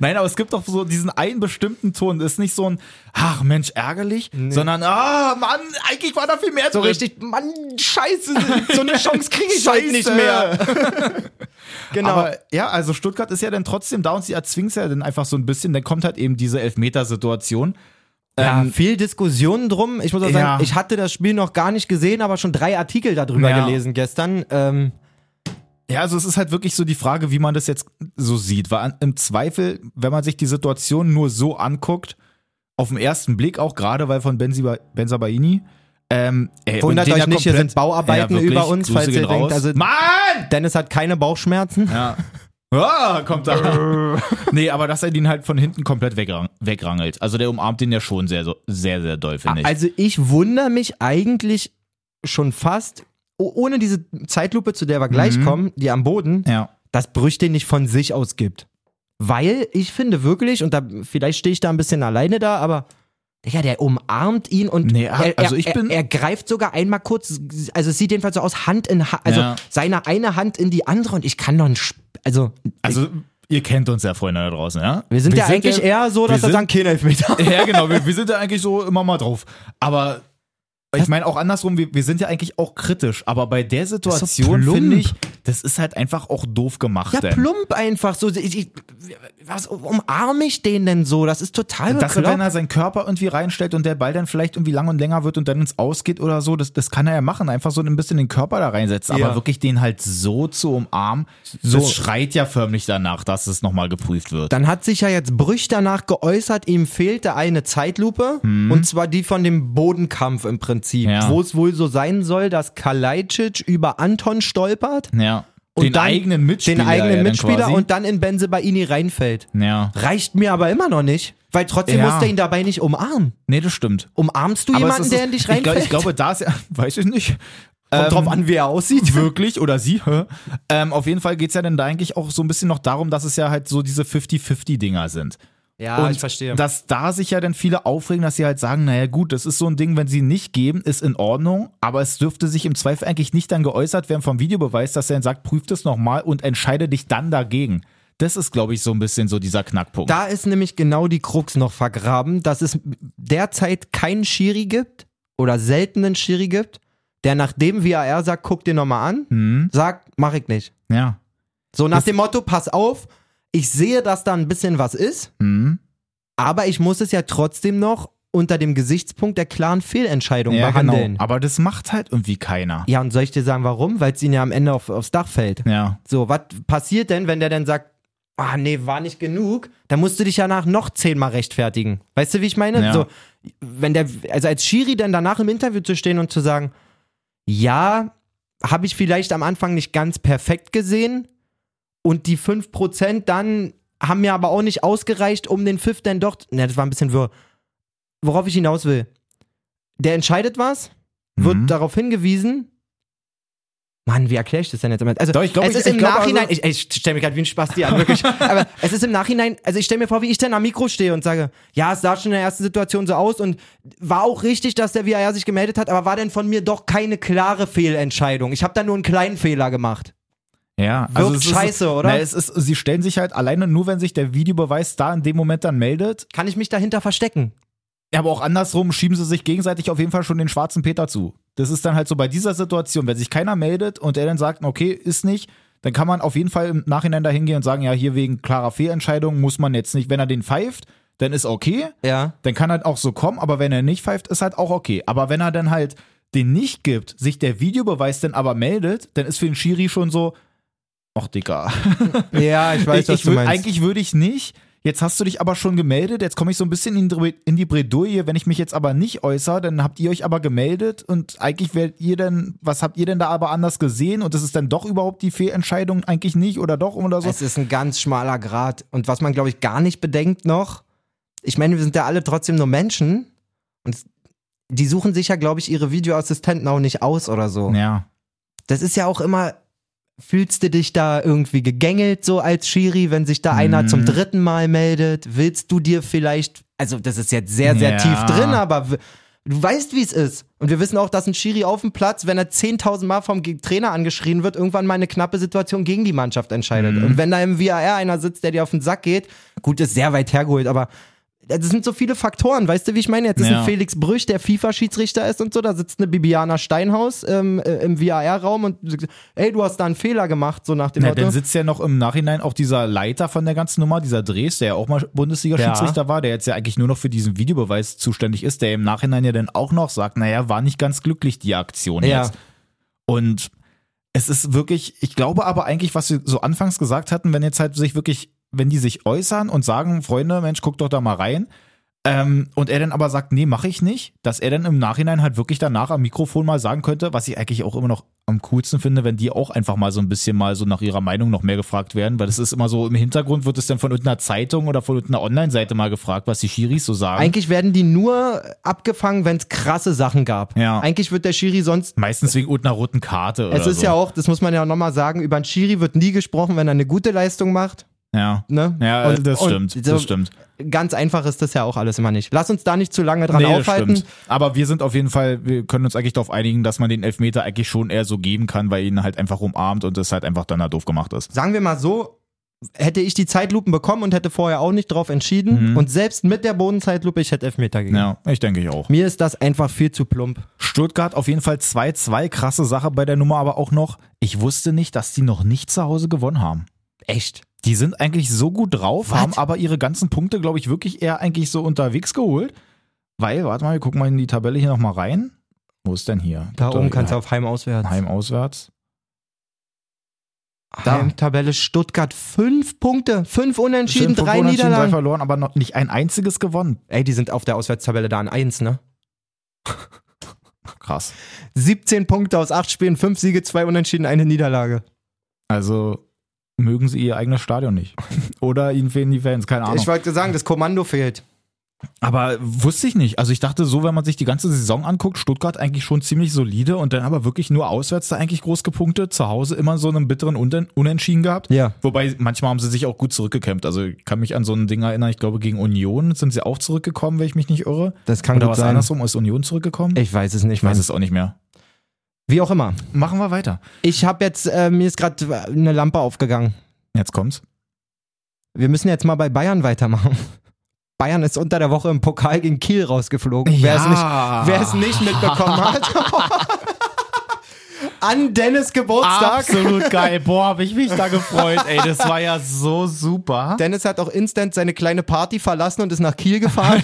Speaker 1: Nein, aber es gibt doch so diesen einen bestimmten Ton. Das ist nicht so ein, ach Mensch, ärgerlich, sondern, ah, Mann, eigentlich war da viel mehr
Speaker 2: so
Speaker 1: drin.
Speaker 2: richtig, Mann, scheiße, so eine Chance kriege ich heute nicht
Speaker 1: Scheiße.
Speaker 2: mehr. genau.
Speaker 1: Aber ja, also Stuttgart ist ja dann trotzdem da und sie erzwingt es ja dann einfach so ein bisschen. Dann kommt halt eben diese Elfmetersituation.
Speaker 2: Ja, viel Diskussion drum. Ich muss auch
Speaker 1: Ja.
Speaker 2: sagen, ich hatte das Spiel noch gar nicht gesehen, aber schon drei Artikel darüber
Speaker 1: Ja.
Speaker 2: gelesen gestern. Ähm,
Speaker 1: Ja, also es ist halt wirklich so die Frage, wie man das jetzt so sieht. Weil an- im Zweifel, wenn man sich die Situation nur so anguckt, auf den ersten Blick auch gerade, weil von Benziba, Benzabaini. Ähm, ey, und
Speaker 2: Wundert
Speaker 1: den
Speaker 2: euch
Speaker 1: ja
Speaker 2: nicht, hier
Speaker 1: komplett-
Speaker 2: sind Bauarbeiten
Speaker 1: wirklich,
Speaker 2: über uns,
Speaker 1: Grüße
Speaker 2: falls ihr
Speaker 1: gehen
Speaker 2: denkt, also-
Speaker 1: Mann!
Speaker 2: Dennis hat keine Bauchschmerzen.
Speaker 1: Ja. Ah, kommt da. nee, aber dass er den halt von hinten komplett wegrang, wegrangelt. Also der umarmt den ja schon sehr, so- sehr, sehr doll, finde ich.
Speaker 2: Also ich wundere mich eigentlich schon fast, oh- ohne diese Zeitlupe, zu der wir gleich kommen, die am Boden,
Speaker 1: Mhm. ja.
Speaker 2: dass Brüch den nicht von sich aus gibt. Weil ich finde wirklich, und da vielleicht stehe ich da ein bisschen alleine da, aber Digga, der umarmt ihn und
Speaker 1: Nee, ah, also ich
Speaker 2: er,
Speaker 1: bin-
Speaker 2: er, er greift sogar einmal kurz, also es sieht jedenfalls so aus, Hand in Hand, also
Speaker 1: Ja.
Speaker 2: seine eine Hand in die andere und ich kann doch nicht, sp- also,
Speaker 1: Also, ihr kennt uns ja, Freunde da draußen, ja?
Speaker 2: wir sind ja eigentlich
Speaker 1: ja-
Speaker 2: eher so,
Speaker 1: wir
Speaker 2: dass wir
Speaker 1: sind-
Speaker 2: sagen, kein Elfmeter.
Speaker 1: Ja, genau, wir, wir sind ja eigentlich so immer mal drauf. Aber ich meine auch andersrum, wir, wir sind ja eigentlich auch kritisch. Aber bei der
Speaker 2: ist so
Speaker 1: Situation,
Speaker 2: plump.
Speaker 1: finde ich, das ist halt einfach auch doof gemacht.
Speaker 2: Ja,
Speaker 1: denn.
Speaker 2: plump einfach so. Ich, ich, was umarme ich den denn so? Das ist total
Speaker 1: Dass er, wenn
Speaker 2: bekloppt.
Speaker 1: er seinen Körper irgendwie reinstellt und der Ball dann vielleicht irgendwie lang und länger wird und dann ins Ausgeht oder so, das, das kann er ja machen. Einfach so ein bisschen den Körper da reinsetzen.
Speaker 2: Ja.
Speaker 1: Aber wirklich den halt so zu umarmen, so.
Speaker 2: So.
Speaker 1: das schreit ja förmlich danach, dass es nochmal geprüft wird.
Speaker 2: Dann hat sich ja jetzt Brüch danach geäußert, ihm fehlte eine Zeitlupe. Und zwar die von dem Bodenkampf im
Speaker 1: Mhm.
Speaker 2: Prinzip.
Speaker 1: Ja.
Speaker 2: Wo es wohl so sein soll, dass Kalajdzic über Anton stolpert.
Speaker 1: ja.
Speaker 2: Und
Speaker 1: den
Speaker 2: dann-
Speaker 1: eigenen Mitspieler.
Speaker 2: Den eigenen
Speaker 1: ja, dann
Speaker 2: Mitspieler
Speaker 1: quasi.
Speaker 2: und dann in Benzebaini reinfällt.
Speaker 1: Ja.
Speaker 2: Reicht mir aber immer noch nicht. Weil trotzdem
Speaker 1: Ja.
Speaker 2: muss der ihn dabei nicht umarmen.
Speaker 1: Nee, das stimmt.
Speaker 2: Umarmst du
Speaker 1: es
Speaker 2: jemanden,
Speaker 1: ist-
Speaker 2: der in dich
Speaker 1: ich, glaub,
Speaker 2: reinfällt?
Speaker 1: ich glaube, da ist ja, weiß ich nicht. Ähm,
Speaker 2: Kommt drauf an, wie er aussieht.
Speaker 1: Wirklich oder sie? hä? ähm, auf jeden Fall geht's ja dann da eigentlich auch so ein bisschen noch darum, dass es ja halt so diese 50-50-Dinger sind.
Speaker 2: Ja,
Speaker 1: und dass da sich ja dann viele aufregen, dass sie halt sagen, naja gut, das ist so ein Ding, wenn sie nicht geben, ist in Ordnung, aber es dürfte sich im Zweifel eigentlich nicht dann geäußert werden vom Videobeweis, dass er dann sagt, prüf das nochmal und entscheide dich dann dagegen. Das ist, glaube ich, so ein bisschen so dieser Knackpunkt.
Speaker 2: Da ist nämlich genau die Krux noch vergraben, dass es derzeit keinen Schiri gibt oder seltenen Schiri gibt, der nach dem VAR sagt, guck dir nochmal an,
Speaker 1: hm?
Speaker 2: sagt, mach ich nicht.
Speaker 1: Ja.
Speaker 2: So nach
Speaker 1: Das-
Speaker 2: dem Motto, pass auf, ich sehe, dass da ein bisschen was ist,
Speaker 1: Hm?
Speaker 2: aber ich muss es ja trotzdem noch unter dem Gesichtspunkt der klaren Fehlentscheidung
Speaker 1: ja genau.
Speaker 2: behandeln.
Speaker 1: Aber das macht halt irgendwie keiner.
Speaker 2: Ja, und soll ich dir sagen, warum? Weil es ihnen ja am Ende auf, aufs Dach fällt.
Speaker 1: Ja.
Speaker 2: So, was passiert denn, wenn der dann sagt, ah nee, war nicht genug, dann musst du dich danach noch zehnmal rechtfertigen. Weißt du, wie ich meine?
Speaker 1: Ja.
Speaker 2: So, wenn der, also als Schiri dann danach im Interview zu stehen und zu sagen, ja, habe ich vielleicht am Anfang nicht ganz perfekt gesehen und die 5% dann haben mir aber auch nicht ausgereicht, um den Pfiff dann doch, ne, das war ein bisschen wirr. Worauf ich hinaus will, der entscheidet was, wird
Speaker 1: Mhm.
Speaker 2: darauf hingewiesen, Mann, wie erkläre ich das denn jetzt? Also,
Speaker 1: Doch, ich glaub,
Speaker 2: es
Speaker 1: ich-
Speaker 2: ist
Speaker 1: ich
Speaker 2: im
Speaker 1: glaub,
Speaker 2: Nachhinein,
Speaker 1: also-
Speaker 2: ich, ey, ich stelle mir gerade wie ein Spasti an, wirklich. Aber es ist im Nachhinein, also ich stelle mir vor, wie ich dann am Mikro stehe und sage, ja, es sah schon in der ersten Situation so aus und war auch richtig, dass der VAR sich gemeldet hat, aber war denn von mir doch keine klare Fehlentscheidung. Ich habe da nur einen kleinen Fehler gemacht.
Speaker 1: Ja, also
Speaker 2: Wirkt
Speaker 1: es ist,
Speaker 2: scheiße, oder?
Speaker 1: Na, es ist, sie stellen sich halt alleine nur, wenn sich der Videobeweis da in dem Moment dann meldet.
Speaker 2: Kann ich mich dahinter verstecken?
Speaker 1: Ja, aber auch andersrum schieben sie sich gegenseitig auf jeden Fall schon den schwarzen Peter zu. Das ist dann halt so bei dieser Situation, wenn sich keiner meldet und er dann sagt, okay, ist nicht, dann kann man auf jeden Fall im Nachhinein dahin gehen und sagen, ja, hier wegen klarer Fehlentscheidung muss man jetzt nicht, wenn er den pfeift, dann ist okay,
Speaker 2: Ja.
Speaker 1: dann kann halt auch so kommen, aber wenn er nicht pfeift, ist halt auch okay. Aber wenn er dann halt den nicht gibt, sich der Videobeweis dann aber meldet, dann ist für den Schiri schon so, ach Dicker.
Speaker 2: Ja, ich weiß,
Speaker 1: Ich-
Speaker 2: was
Speaker 1: ich
Speaker 2: du
Speaker 1: würd-
Speaker 2: meinst.
Speaker 1: Eigentlich würde ich nicht. Jetzt hast du dich aber schon gemeldet. Jetzt komme ich so ein bisschen in, die- in die Bredouille. Wenn ich mich jetzt aber nicht äußere, dann habt ihr euch aber gemeldet und eigentlich werdet ihr denn, was habt ihr denn da aber anders gesehen? Und das ist dann doch überhaupt die Fehlentscheidung eigentlich nicht oder doch oder so?
Speaker 2: Es ist ein ganz schmaler Grad. Und was man, glaube ich, gar nicht bedenkt noch, ich meine, wir sind ja alle trotzdem nur Menschen und s- die suchen sich ja, glaube ich, ihre Videoassistenten auch nicht aus oder so.
Speaker 1: ja.
Speaker 2: Das ist ja auch immer, Fühlst du dich da irgendwie gegängelt so als Schiri, wenn sich da einer zum dritten Mal meldet? Willst du dir vielleicht, also das ist jetzt sehr, sehr
Speaker 1: Ja.
Speaker 2: tief drin, aber w- du weißt, wie es ist. Und wir wissen auch, dass ein Schiri auf dem Platz, wenn er 10.000 Mal vom Ge- Trainer angeschrien wird, irgendwann mal eine knappe Situation gegen die Mannschaft entscheidet. Und wenn da im VAR einer sitzt, der dir auf den Sack geht, gut, ist sehr weit hergeholt, aber das sind so viele Faktoren, weißt du, wie ich meine? Jetzt ist
Speaker 1: Ja.
Speaker 2: ein Felix Brüch, der FIFA-Schiedsrichter ist und so, da sitzt eine Bibiana Steinhaus ähm, äh, im VAR-Raum und sagt, ey, du hast da einen Fehler gemacht, so nach dem
Speaker 1: Na, dann
Speaker 2: Motto.
Speaker 1: sitzt ja noch im Nachhinein auch dieser Leiter von der ganzen Nummer, dieser Drees, der ja auch mal Bundesliga-Schiedsrichter war, der jetzt ja eigentlich nur noch für diesen Videobeweis zuständig ist, der im Nachhinein ja dann auch noch sagt, naja, war nicht ganz glücklich die Aktion
Speaker 2: Ja,
Speaker 1: jetzt. Und es ist wirklich, ich glaube aber eigentlich, was wir so anfangs gesagt hatten, wenn jetzt halt sich wirklich, wenn die sich äußern und sagen, Freunde, Mensch, guck doch da mal rein. Ähm, und er dann aber sagt, nee, mache ich nicht, dass er dann im Nachhinein halt wirklich danach am Mikrofon mal sagen könnte, was ich eigentlich auch immer noch am coolsten finde, wenn die auch einfach mal so ein bisschen mal so nach ihrer Meinung noch mehr gefragt werden, weil das ist immer so, im Hintergrund wird es dann von irgendeiner Zeitung oder von irgendeiner Online-Seite mal gefragt, was die Schiris so sagen.
Speaker 2: eigentlich werden die nur abgefangen, wenn es krasse Sachen gab.
Speaker 1: Ja.
Speaker 2: Eigentlich wird der Schiri sonst
Speaker 1: Meistens wegen irgendeiner roten Karte
Speaker 2: Es
Speaker 1: oder
Speaker 2: ist
Speaker 1: so.
Speaker 2: ja auch, das muss man ja auch nochmal sagen, über einen Schiri wird nie gesprochen, wenn er eine gute Leistung macht.
Speaker 1: ja.
Speaker 2: Ne?
Speaker 1: Ja,
Speaker 2: Und-
Speaker 1: das
Speaker 2: und
Speaker 1: stimmt,
Speaker 2: so
Speaker 1: das stimmt.
Speaker 2: Ganz einfach ist das ja auch alles immer nicht. Lass uns da nicht zu lange dran
Speaker 1: Nee, das
Speaker 2: aufhalten.
Speaker 1: stimmt. Aber wir sind auf jeden Fall, wir können uns eigentlich darauf einigen, dass man den Elfmeter eigentlich schon eher so geben kann, weil ihn halt einfach umarmt und es halt einfach dann halt doof gemacht ist.
Speaker 2: Sagen wir mal so, hätte ich die Zeitlupen bekommen und hätte vorher auch nicht drauf entschieden und selbst mit der Bodenzeitlupe, ich hätte Elfmeter gegeben.
Speaker 1: Mhm. Ja, ich denke ich auch.
Speaker 2: Mir ist das einfach viel zu plump.
Speaker 1: Stuttgart auf jeden Fall 2-2, krasse Sache bei der Nummer, aber auch noch, ich wusste nicht, dass die noch nicht zu Hause gewonnen haben.
Speaker 2: Echt?
Speaker 1: Die sind eigentlich so gut drauf,
Speaker 2: Was?
Speaker 1: haben aber ihre ganzen Punkte, glaube ich, wirklich eher eigentlich so unterwegs geholt. Weil, warte mal, wir gucken mal in die Tabelle hier nochmal rein. Wo ist denn hier?
Speaker 2: Da
Speaker 1: Gibt
Speaker 2: oben
Speaker 1: doch-
Speaker 2: kannst du auf Heim auswärts.
Speaker 1: Heim auswärts. Da.
Speaker 2: Heimtabelle Stuttgart, fünf Punkte, fünf Unentschieden,
Speaker 1: Fünf
Speaker 2: drei
Speaker 1: Unentschieden, Drei
Speaker 2: Niederlagen.
Speaker 1: verloren, aber noch nicht ein einziges gewonnen.
Speaker 2: Ey, die sind auf der Auswärtstabelle da an eins, ne?
Speaker 1: Krass.
Speaker 2: 17 Punkte aus 8 Spielen, 5 Siege, 2 Unentschieden, eine Niederlage.
Speaker 1: Also mögen sie ihr eigenes Stadion nicht. Oder ihnen fehlen die Fans, keine Ahnung.
Speaker 2: Ich wollte sagen, das Kommando fehlt.
Speaker 1: Aber wusste ich nicht. Also ich dachte so, wenn man sich die ganze Saison anguckt, Stuttgart eigentlich schon ziemlich solide und dann aber wirklich nur auswärts da eigentlich groß gepunktet, zu Hause immer so einen bitteren Unten- Unentschieden gehabt.
Speaker 2: Ja.
Speaker 1: Wobei, manchmal haben sie sich auch gut zurückgekämpft. Also ich kann mich an so ein Ding erinnern, ich glaube gegen Union sind sie auch zurückgekommen, wenn ich mich nicht irre.
Speaker 2: Das kann
Speaker 1: Oder
Speaker 2: gut
Speaker 1: was
Speaker 2: sein.
Speaker 1: andersrum, ist Union zurückgekommen?
Speaker 2: Ich weiß es nicht,
Speaker 1: Ich weiß
Speaker 2: Mann.
Speaker 1: es auch nicht mehr.
Speaker 2: Wie auch immer.
Speaker 1: Machen wir weiter.
Speaker 2: Ich habe jetzt, äh, mir ist gerade eine Lampe aufgegangen.
Speaker 1: Jetzt kommt's.
Speaker 2: Wir müssen jetzt mal bei Bayern weitermachen. Bayern ist unter der Woche im Pokal gegen Kiel rausgeflogen. Wer es nicht, wer es nicht mitbekommen hat. An Dennis Geburtstag.
Speaker 1: Absolut geil. Boah, habe ich mich da gefreut. Ey, das war ja so super.
Speaker 2: Dennis hat auch instant seine kleine Party verlassen und ist nach Kiel gefahren.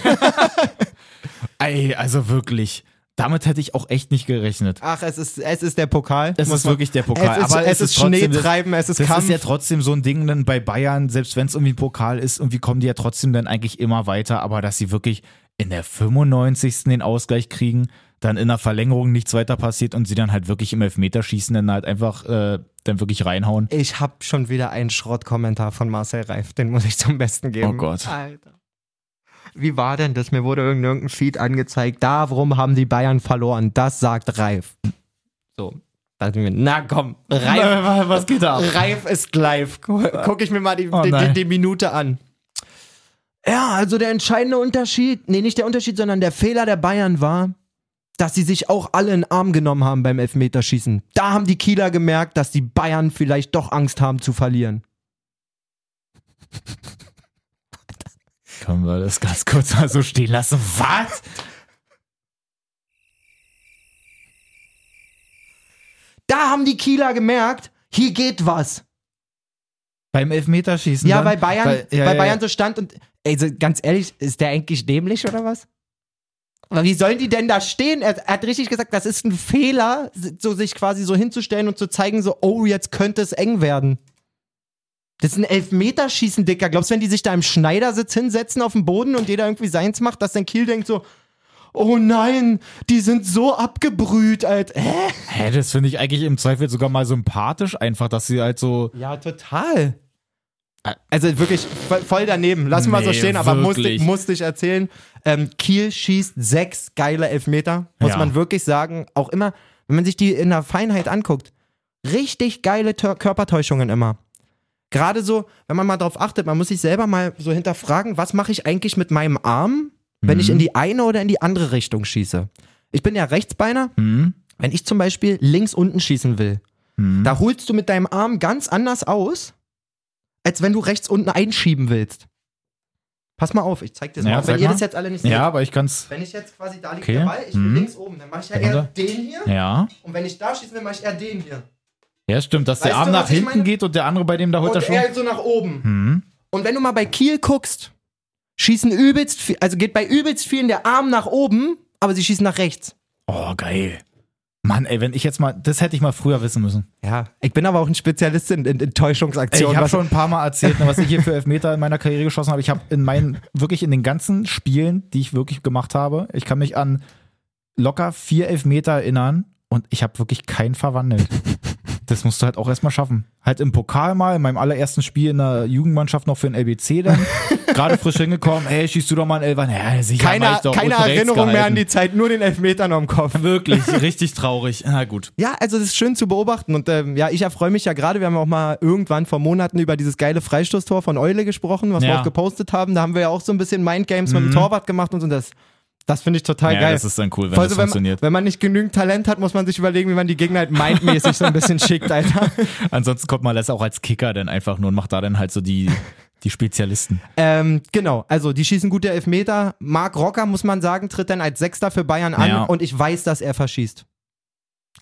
Speaker 1: Ey, also wirklich. Damit hätte ich auch echt nicht gerechnet.
Speaker 2: Ach, es ist, es ist der Pokal.
Speaker 1: Es
Speaker 2: Muss
Speaker 1: ist
Speaker 2: man-
Speaker 1: wirklich der Pokal.
Speaker 2: Es ist,
Speaker 1: aber
Speaker 2: es ist,
Speaker 1: trotzdem-
Speaker 2: Schneetreiben, es ist
Speaker 1: Das
Speaker 2: Kampf.
Speaker 1: ist ja trotzdem so ein Ding dann bei Bayern, selbst wenn es irgendwie ein Pokal ist, irgendwie kommen die ja trotzdem dann eigentlich immer weiter, aber dass sie wirklich in der 95. den Ausgleich kriegen, dann in der Verlängerung nichts weiter passiert und sie dann halt wirklich im Elfmeterschießen dann halt einfach äh, dann wirklich reinhauen.
Speaker 2: Ich habe schon wieder einen Schrottkommentar von Marcel Reif, den muss ich zum Besten
Speaker 1: Oh
Speaker 2: geben.
Speaker 1: Gott.
Speaker 2: Alter. Wie war denn das? Mir wurde irgendein irgendein Feed angezeigt. Darum haben die Bayern verloren. Das sagt Reif. So, dachte ich mir, na komm, Reif,
Speaker 1: Äh, was geht da? ab?
Speaker 2: Reif ist live. Guck ich mir mal die,
Speaker 1: Oh
Speaker 2: die, die,
Speaker 1: nein.
Speaker 2: die Minute an. Ja, also der entscheidende Unterschied, nee, nicht der Unterschied, sondern der Fehler der Bayern war, dass sie sich auch alle in den Arm genommen haben beim Elfmeterschießen. Da haben die Kieler gemerkt, dass die Bayern vielleicht doch Angst haben zu verlieren.
Speaker 1: Können wir das ganz kurz mal so stehen lassen? Was?
Speaker 2: Da haben die Kieler gemerkt, hier geht was.
Speaker 1: Beim Elfmeterschießen?
Speaker 2: Ja,
Speaker 1: dann?
Speaker 2: bei Bayern,
Speaker 1: Weil- ja,
Speaker 2: bei
Speaker 1: ja,
Speaker 2: Bayern
Speaker 1: ja.
Speaker 2: so stand und ey, so, ganz ehrlich, ist der eigentlich dämlich oder was? Aber wie sollen die denn da stehen? Er, er hat richtig gesagt, das ist ein Fehler, so sich quasi so hinzustellen und zu zeigen, so, oh, jetzt könnte es eng werden. Das ist ein Elfmeterschießen, Dicker. Glaubst du, wenn die sich da im Schneidersitz hinsetzen auf dem Boden und jeder irgendwie seins macht, dass dann Kiel denkt so, oh nein, die sind so abgebrüht, Alter. Hä?
Speaker 1: Hä, das finde ich eigentlich im Zweifel sogar mal sympathisch einfach, dass sie halt so...
Speaker 2: Ja, total. Also wirklich vo- voll daneben. Lass mal so
Speaker 1: Nee,
Speaker 2: stehen, aber musste,
Speaker 1: wirklich.
Speaker 2: musste ich erzählen. Ähm, Kiel schießt sechs geile Elfmeter, muss
Speaker 1: Ja.
Speaker 2: man wirklich sagen. Auch immer, wenn man sich die in der Feinheit anguckt. richtig geile Tör- Körpertäuschungen immer. Gerade so, wenn man mal drauf achtet, man muss sich selber mal so hinterfragen, was mache ich eigentlich mit meinem Arm, wenn
Speaker 1: Mhm.
Speaker 2: ich in die eine oder in die andere Richtung schieße. Ich bin ja Rechtsbeiner,
Speaker 1: Mhm.
Speaker 2: wenn ich zum Beispiel links unten schießen will,
Speaker 1: Mhm.
Speaker 2: da holst du mit deinem Arm ganz anders aus, als wenn du rechts unten einschieben willst. Pass mal auf, ich zeig dir das
Speaker 1: Ja,
Speaker 2: mal. Wenn
Speaker 1: sag
Speaker 2: ihr
Speaker 1: mal.
Speaker 2: das jetzt alle nicht seht,
Speaker 1: Ja, aber ich kann's.
Speaker 2: wenn ich jetzt quasi da liegt
Speaker 1: Okay.
Speaker 2: der Ball, ich
Speaker 1: Mhm.
Speaker 2: bin links oben, dann mache ich ja
Speaker 1: Runter.
Speaker 2: eher den hier
Speaker 1: Ja.
Speaker 2: und wenn ich da schießen will, mache ich eher den hier.
Speaker 1: Ja, stimmt, dass der
Speaker 2: Weißt
Speaker 1: Arm
Speaker 2: du,
Speaker 1: nach
Speaker 2: was ich
Speaker 1: hinten
Speaker 2: meine?
Speaker 1: geht und der andere bei dem da holt er
Speaker 2: Und
Speaker 1: schon.
Speaker 2: eher so nach oben.
Speaker 1: Mhm.
Speaker 2: Und wenn du mal bei Kiel guckst, schießen übelst viel, also geht bei übelst vielen der Arm nach oben, aber sie schießen nach rechts.
Speaker 1: Oh, geil. Mann, ey, wenn ich jetzt mal, das hätte ich mal früher wissen müssen.
Speaker 2: Ja, ich bin aber auch ein Spezialist in, in, in
Speaker 1: Ey,
Speaker 2: Täuschungsaktionen.
Speaker 1: ich habe
Speaker 2: was-
Speaker 1: schon ein paar Mal erzählt, ne, was ich hier für Elfmeter in meiner Karriere geschossen habe. Ich habe in meinen, wirklich in den ganzen Spielen, die ich wirklich gemacht habe, ich kann mich an locker vier Elfmeter erinnern und ich habe wirklich keinen verwandelt. Das musst du halt auch erstmal schaffen. Halt im Pokal mal, in meinem allerersten Spiel in der Jugendmannschaft noch für den LBC dann. Gerade frisch hingekommen, ey, schießt du doch mal einen Elfer. Naja, sicher mach
Speaker 2: keine
Speaker 1: ich doch.
Speaker 2: keine
Speaker 1: Unten rechts
Speaker 2: Erinnerung mehr an
Speaker 1: gehalten.
Speaker 2: die Zeit, nur den Elfmeter noch im Kopf.
Speaker 1: Wirklich, richtig traurig. Na gut.
Speaker 2: Ja, also das ist schön zu beobachten und ähm, ja, ich erfreue mich ja gerade, wir haben auch mal irgendwann vor Monaten über dieses geile Freistoßtor von Eule gesprochen, was wir
Speaker 1: Ja. Mhm.
Speaker 2: auch gepostet haben, da haben wir ja auch so ein bisschen Mindgames mit dem Torwart gemacht und so das das finde ich total
Speaker 1: Ja,
Speaker 2: geil.
Speaker 1: das ist dann cool, wenn
Speaker 2: Voll
Speaker 1: das
Speaker 2: so, wenn,
Speaker 1: funktioniert.
Speaker 2: wenn man nicht genügend Talent hat, muss man sich überlegen, wie man die Gegner halt mindmäßig so ein bisschen schickt, Alter.
Speaker 1: Ansonsten kommt man das auch als Kicker dann einfach nur und macht da dann halt so die, die Spezialisten.
Speaker 2: Ähm, genau, also die schießen gute Elfmeter. Marc Rocker, muss man sagen, tritt dann als Sechster für Bayern an
Speaker 1: Ja.
Speaker 2: und ich weiß, dass er verschießt.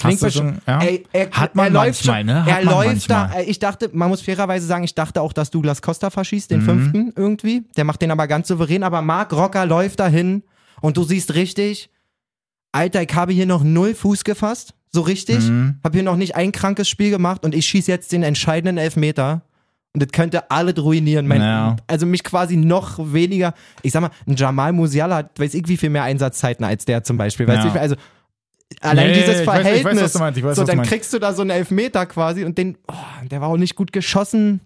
Speaker 1: Hast du
Speaker 2: bestimmt-
Speaker 1: schon, ja?
Speaker 2: Ey, er,
Speaker 1: Hat man
Speaker 2: er läuft
Speaker 1: manchmal,
Speaker 2: schon,
Speaker 1: ne? Hat
Speaker 2: er
Speaker 1: man
Speaker 2: läuft da. äh,
Speaker 1: manchmal.
Speaker 2: Ich dachte, man muss fairerweise sagen, ich dachte auch, dass Douglas Costa verschießt, den
Speaker 1: Mhm.
Speaker 2: fünften irgendwie. Der macht den aber ganz souverän, aber Marc Rocker läuft dahin und du siehst richtig, Alter, ich habe hier noch null Fuß gefasst, so richtig.
Speaker 1: Mhm.
Speaker 2: Hab hier noch nicht ein krankes Spiel gemacht und ich schieße jetzt den entscheidenden Elfmeter. Und das könnte alles ruinieren. Mein,
Speaker 1: Ja.
Speaker 2: Also mich quasi noch weniger. Ich sag mal, ein Jamal Musiala hat, weiß ich, wie viel mehr Einsatzzeiten als der zum Beispiel. Weißt
Speaker 1: Ja.
Speaker 2: du, ich, mein, also allein
Speaker 1: Nee,
Speaker 2: dieses
Speaker 1: ich weiß- ich weiß, was du
Speaker 2: Verhältnis.
Speaker 1: meinst, ich weiß,
Speaker 2: so,
Speaker 1: was du
Speaker 2: dann
Speaker 1: meinst.
Speaker 2: kriegst du da so einen Elfmeter quasi und den, oh, der war auch nicht gut geschossen.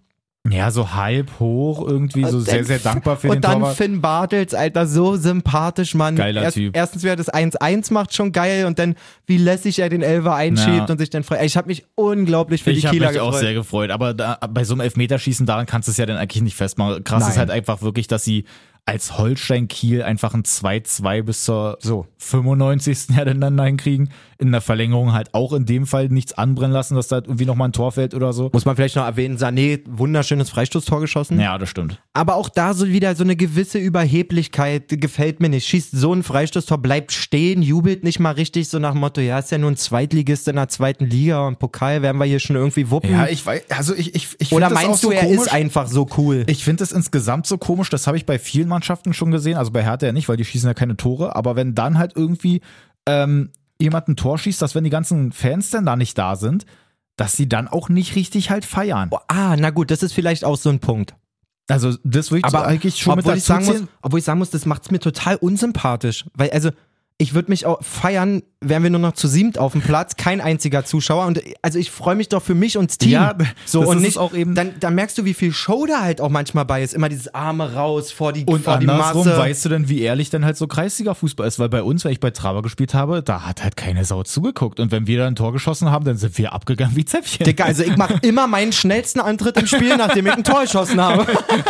Speaker 1: Ja, so halb hoch irgendwie, so
Speaker 2: Und
Speaker 1: sehr,
Speaker 2: dann-
Speaker 1: sehr dankbar für
Speaker 2: und
Speaker 1: den
Speaker 2: dann
Speaker 1: Torwart.
Speaker 2: Finn Bartels, Alter, so sympathisch, Mann.
Speaker 1: Geiler Typ.
Speaker 2: Erstens, wie er das 1-1 macht, schon geil. Und dann, wie lässig er den Elfer einschiebt
Speaker 1: Ja.
Speaker 2: und sich dann freut. Ey, Ich habe mich unglaublich für die
Speaker 1: hab
Speaker 2: Kieler gefreut.
Speaker 1: gefreut, aber da, bei so einem Elfmeterschießen, daran kannst du es ja dann eigentlich nicht festmachen. Krass
Speaker 2: Nein.
Speaker 1: ist halt einfach wirklich, dass sie als Holstein-Kiel einfach ein 2-2 bis zur
Speaker 2: So.
Speaker 1: 95. Jahr dann dann hinkriegen. In der Verlängerung halt auch in dem Fall nichts anbrennen lassen, dass da halt irgendwie nochmal ein Tor fällt oder so.
Speaker 2: Muss man vielleicht noch erwähnen, Sané, wunderschönes Freistoßtor geschossen.
Speaker 1: Ja, das stimmt.
Speaker 2: Aber auch da so wieder so eine gewisse Überheblichkeit, die gefällt mir nicht. Schießt so ein Freistoßtor, bleibt stehen, jubelt nicht mal richtig, so nach dem Motto, ja, ist ja nur ein Zweitligist in der zweiten Liga und Pokal werden wir hier schon irgendwie wuppen.
Speaker 1: Ja, ich weiß, also ich, ich, ich
Speaker 2: Oder
Speaker 1: find das auch
Speaker 2: meinst du,
Speaker 1: so
Speaker 2: er
Speaker 1: komisch.
Speaker 2: ist einfach so cool?
Speaker 1: Ich finde es insgesamt so komisch, das habe ich bei vielen Mannschaften schon gesehen, also bei Hertha ja nicht, weil die schießen ja keine Tore, aber wenn dann halt irgendwie ähm, jemand ein Tor schießt, dass wenn die ganzen Fans dann da nicht da sind, dass sie dann auch nicht richtig halt feiern.
Speaker 2: ah, na gut, das ist vielleicht auch so ein Punkt.
Speaker 1: Also das würde ich
Speaker 2: Aber
Speaker 1: eigentlich schon mit
Speaker 2: obwohl ich
Speaker 1: dazu
Speaker 2: sagen muss,
Speaker 1: zählen.
Speaker 2: obwohl ich sagen muss, das macht's mir total unsympathisch, weil also ich würde mich auch feiern, wären wir nur noch zu siebt auf dem Platz, kein einziger Zuschauer und also ich freue mich doch für mich und Team.
Speaker 1: Ja,
Speaker 2: so
Speaker 1: das
Speaker 2: und
Speaker 1: ist
Speaker 2: nicht
Speaker 1: es auch eben.
Speaker 2: Dann, dann merkst du, wie viel Show da halt auch manchmal bei ist, immer dieses Arme raus vor die
Speaker 1: Und
Speaker 2: vor die
Speaker 1: andersrum
Speaker 2: Masse.
Speaker 1: weißt du denn, wie ehrlich dann halt so Kreisliga-Fußball ist, weil bei uns, wenn ich bei Traber gespielt habe, da hat halt keine Sau zugeguckt. Und wenn wir dann ein Tor geschossen haben, dann sind wir abgegangen wie Zäpfchen.
Speaker 2: Digga, also ich mache immer meinen schnellsten Antritt im Spiel, nachdem ich ein Tor geschossen habe.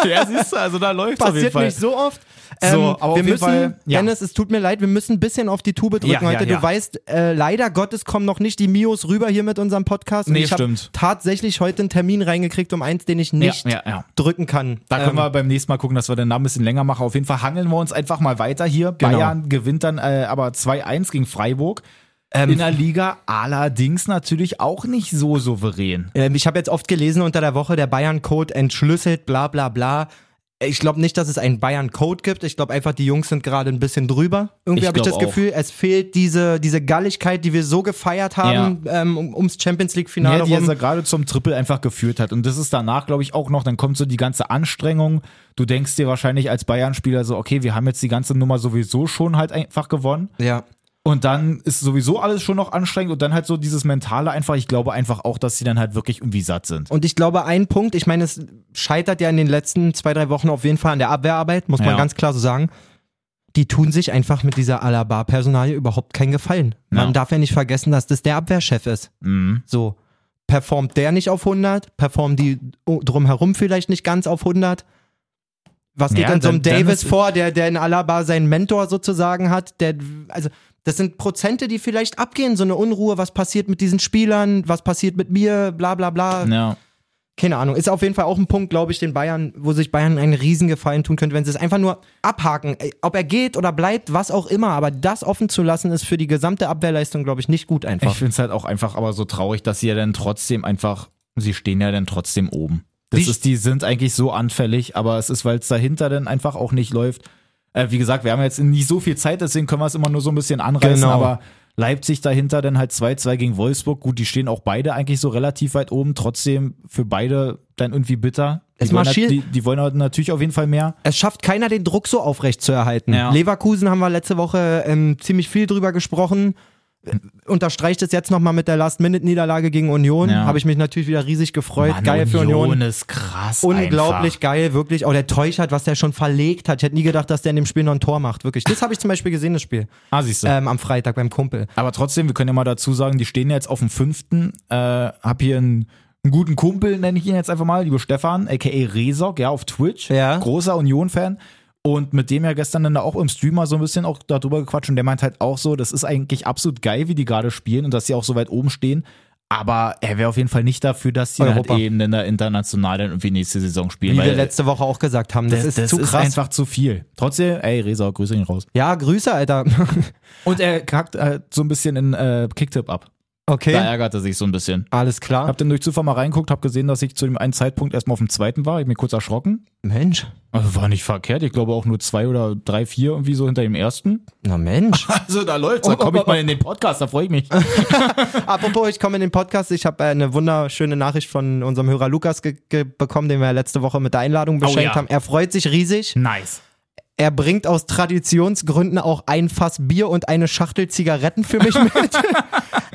Speaker 1: ja, siehst du, also da läuft
Speaker 2: Passiert nicht so oft. Ähm,
Speaker 1: So, aber auf
Speaker 2: wir
Speaker 1: jeden
Speaker 2: müssen,
Speaker 1: Fall, ja.
Speaker 2: Dennis, es tut mir leid, wir müssen ein bisschen auf die Tube drücken
Speaker 1: Ja, ja,
Speaker 2: heute.
Speaker 1: ja.
Speaker 2: Du weißt, äh, leider Gottes kommen noch nicht die Mios rüber hier mit unserem Podcast. Und
Speaker 1: Nee,
Speaker 2: ich hab
Speaker 1: stimmt.
Speaker 2: tatsächlich heute einen Termin reingekriegt um eins, den ich nicht
Speaker 1: ja, ja.
Speaker 2: drücken kann.
Speaker 1: Da können
Speaker 2: Ähm,
Speaker 1: wir beim nächsten Mal gucken, dass wir den Namen ein bisschen länger machen. Auf jeden Fall hangeln wir uns einfach mal weiter hier.
Speaker 2: Genau.
Speaker 1: Bayern gewinnt dann äh, aber 2-1 gegen Freiburg. In der Liga allerdings natürlich auch nicht so souverän.
Speaker 2: Ähm, ich habe jetzt oft gelesen unter der Woche, der Bayern-Code entschlüsselt, bla bla bla. Ich glaube nicht, dass es einen Bayern-Code gibt. Ich glaube einfach, die Jungs sind gerade ein bisschen drüber. Irgendwie
Speaker 1: Ich
Speaker 2: habe ich das
Speaker 1: glaub auch.
Speaker 2: Gefühl, es fehlt diese, diese Galligkeit, die wir so gefeiert haben ähm, um- ums Champions
Speaker 1: Ja,
Speaker 2: League-Finale
Speaker 1: ne, die jetzt
Speaker 2: rum.
Speaker 1: ja gerade zum Triple einfach geführt hat. Und das ist danach, glaube ich, auch noch. Dann kommt so die ganze Anstrengung. Du denkst dir wahrscheinlich als Bayern-Spieler so, okay, wir haben jetzt die ganze Nummer sowieso schon halt einfach gewonnen.
Speaker 2: Ja.
Speaker 1: Und dann ist sowieso alles schon noch anstrengend. Und dann halt so dieses mentale einfach. Ich glaube einfach auch, dass sie dann halt wirklich irgendwie satt sind.
Speaker 2: Und ich glaube, ein Punkt, ich meine, es scheitert ja in den letzten zwei, drei Wochen auf jeden Fall an der Abwehrarbeit, muss man
Speaker 1: Ja.
Speaker 2: ganz klar so sagen. Die tun sich einfach mit dieser Alaba-Personalie überhaupt keinen Gefallen. Man
Speaker 1: Ja.
Speaker 2: darf ja nicht vergessen, dass das der Abwehrchef ist.
Speaker 1: Mhm.
Speaker 2: So. performt der nicht auf 100, performen die o- drumherum vielleicht nicht ganz auf 100. Was geht
Speaker 1: Ja,
Speaker 2: in so einem
Speaker 1: dann- dann
Speaker 2: Davis
Speaker 1: ist-
Speaker 2: vor, der, der in Alaba seinen Mentor sozusagen hat? Der, also, das sind Prozente, die vielleicht abgehen, so eine Unruhe, was passiert mit diesen Spielern, was passiert mit mir, bla bla bla.
Speaker 1: Ja.
Speaker 2: Keine Ahnung. Ist auf jeden Fall auch ein Punkt, glaube ich, den Bayern, wo sich Bayern einen Riesengefallen tun könnte, wenn sie es einfach nur abhaken. Ey, Ob er geht oder bleibt, was auch immer, aber das offen zu lassen, ist für die gesamte Abwehrleistung, glaube ich, nicht gut einfach.
Speaker 1: Ich finde es halt auch einfach aber so traurig, dass sie ja dann trotzdem einfach, sie stehen ja dann trotzdem oben. Das
Speaker 2: Die-
Speaker 1: ist, die sind eigentlich so anfällig, aber es ist, weil es dahinter dann einfach auch nicht läuft. Äh, wie gesagt, wir haben jetzt nicht so viel Zeit, deswegen können wir es immer nur so ein bisschen anreißen,
Speaker 2: Genau.
Speaker 1: aber Leipzig dahinter dann halt 2-2 gegen Wolfsburg. Gut, die stehen auch beide eigentlich so relativ weit oben, trotzdem für beide dann irgendwie bitter.
Speaker 2: Es
Speaker 1: Die wollen,
Speaker 2: marschiert-
Speaker 1: halt- die, die wollen halt natürlich auf jeden Fall mehr.
Speaker 2: es schafft keiner, den Druck so aufrecht zu erhalten.
Speaker 1: Ja.
Speaker 2: Leverkusen haben wir letzte Woche ähm, ziemlich viel drüber gesprochen. Äh, Unterstreicht es jetzt nochmal mit der Last-Minute-Niederlage gegen Union.
Speaker 1: Ja.
Speaker 2: Habe ich mich natürlich wieder riesig gefreut.
Speaker 1: Mann,
Speaker 2: geil für Union.
Speaker 1: ist krass.
Speaker 2: Unglaublich
Speaker 1: Einfach.
Speaker 2: geil, wirklich. Auch der Teuchert, was der schon verlegt hat. Ich hätte nie gedacht, dass der in dem Spiel noch ein Tor macht. Wirklich. Das habe ich zum Beispiel gesehen, das Spiel.
Speaker 1: Ah, siehst du.
Speaker 2: Ähm, am Freitag beim Kumpel.
Speaker 1: Aber trotzdem, wir können ja mal dazu sagen, die stehen jetzt auf dem fünften. Äh, hab hier einen, einen guten Kumpel, nenne ich ihn jetzt einfach mal, liebe Stefan, aka Resog, ja, auf Twitch.
Speaker 2: Ja.
Speaker 1: Großer Union-Fan. Und mit dem ja gestern dann da auch im Stream mal so ein bisschen auch darüber gequatscht. Und der meint halt auch so, das ist eigentlich absolut geil, wie die gerade spielen und dass sie auch so weit oben stehen. Aber er wäre auf jeden Fall nicht dafür, dass die halt
Speaker 2: Europa.
Speaker 1: eben dann da international dann irgendwie nächste Saison spielen.
Speaker 2: Wie
Speaker 1: weil
Speaker 2: wir letzte Woche auch gesagt haben. Das,
Speaker 1: das,
Speaker 2: ist zu krass.
Speaker 1: einfach zu viel. Trotzdem, ey, Resog, grüße ihn raus.
Speaker 2: ja, Grüße, Alter.
Speaker 1: Und er kackt äh, so ein bisschen in äh, Kicktip ab. Da
Speaker 2: okay.
Speaker 1: ärgert er sich so ein bisschen.
Speaker 2: Alles klar.
Speaker 1: Hab dann durch Zufall mal reingeguckt, hab gesehen, dass ich zu dem einen Zeitpunkt erstmal auf dem zweiten war. Ich bin kurz erschrocken.
Speaker 2: Mensch.
Speaker 1: Also war nicht verkehrt. Ich glaube auch nur zwei oder drei, vier irgendwie so hinter dem ersten.
Speaker 2: Na Mensch.
Speaker 1: Also da läuft's. Da
Speaker 2: Oh,
Speaker 1: komme
Speaker 2: oh,
Speaker 1: ich mal in den Podcast, da freue ich mich.
Speaker 2: Apropos, ich komme in den Podcast. Ich habe äh, eine wunderschöne Nachricht von unserem Hörer Lukas ge ge bekommen, den wir letzte Woche mit der Einladung beschenkt
Speaker 1: ja.
Speaker 2: haben. Er freut sich riesig.
Speaker 1: Nice.
Speaker 2: Er bringt aus Traditionsgründen auch ein Fass Bier und eine Schachtel Zigaretten für mich mit.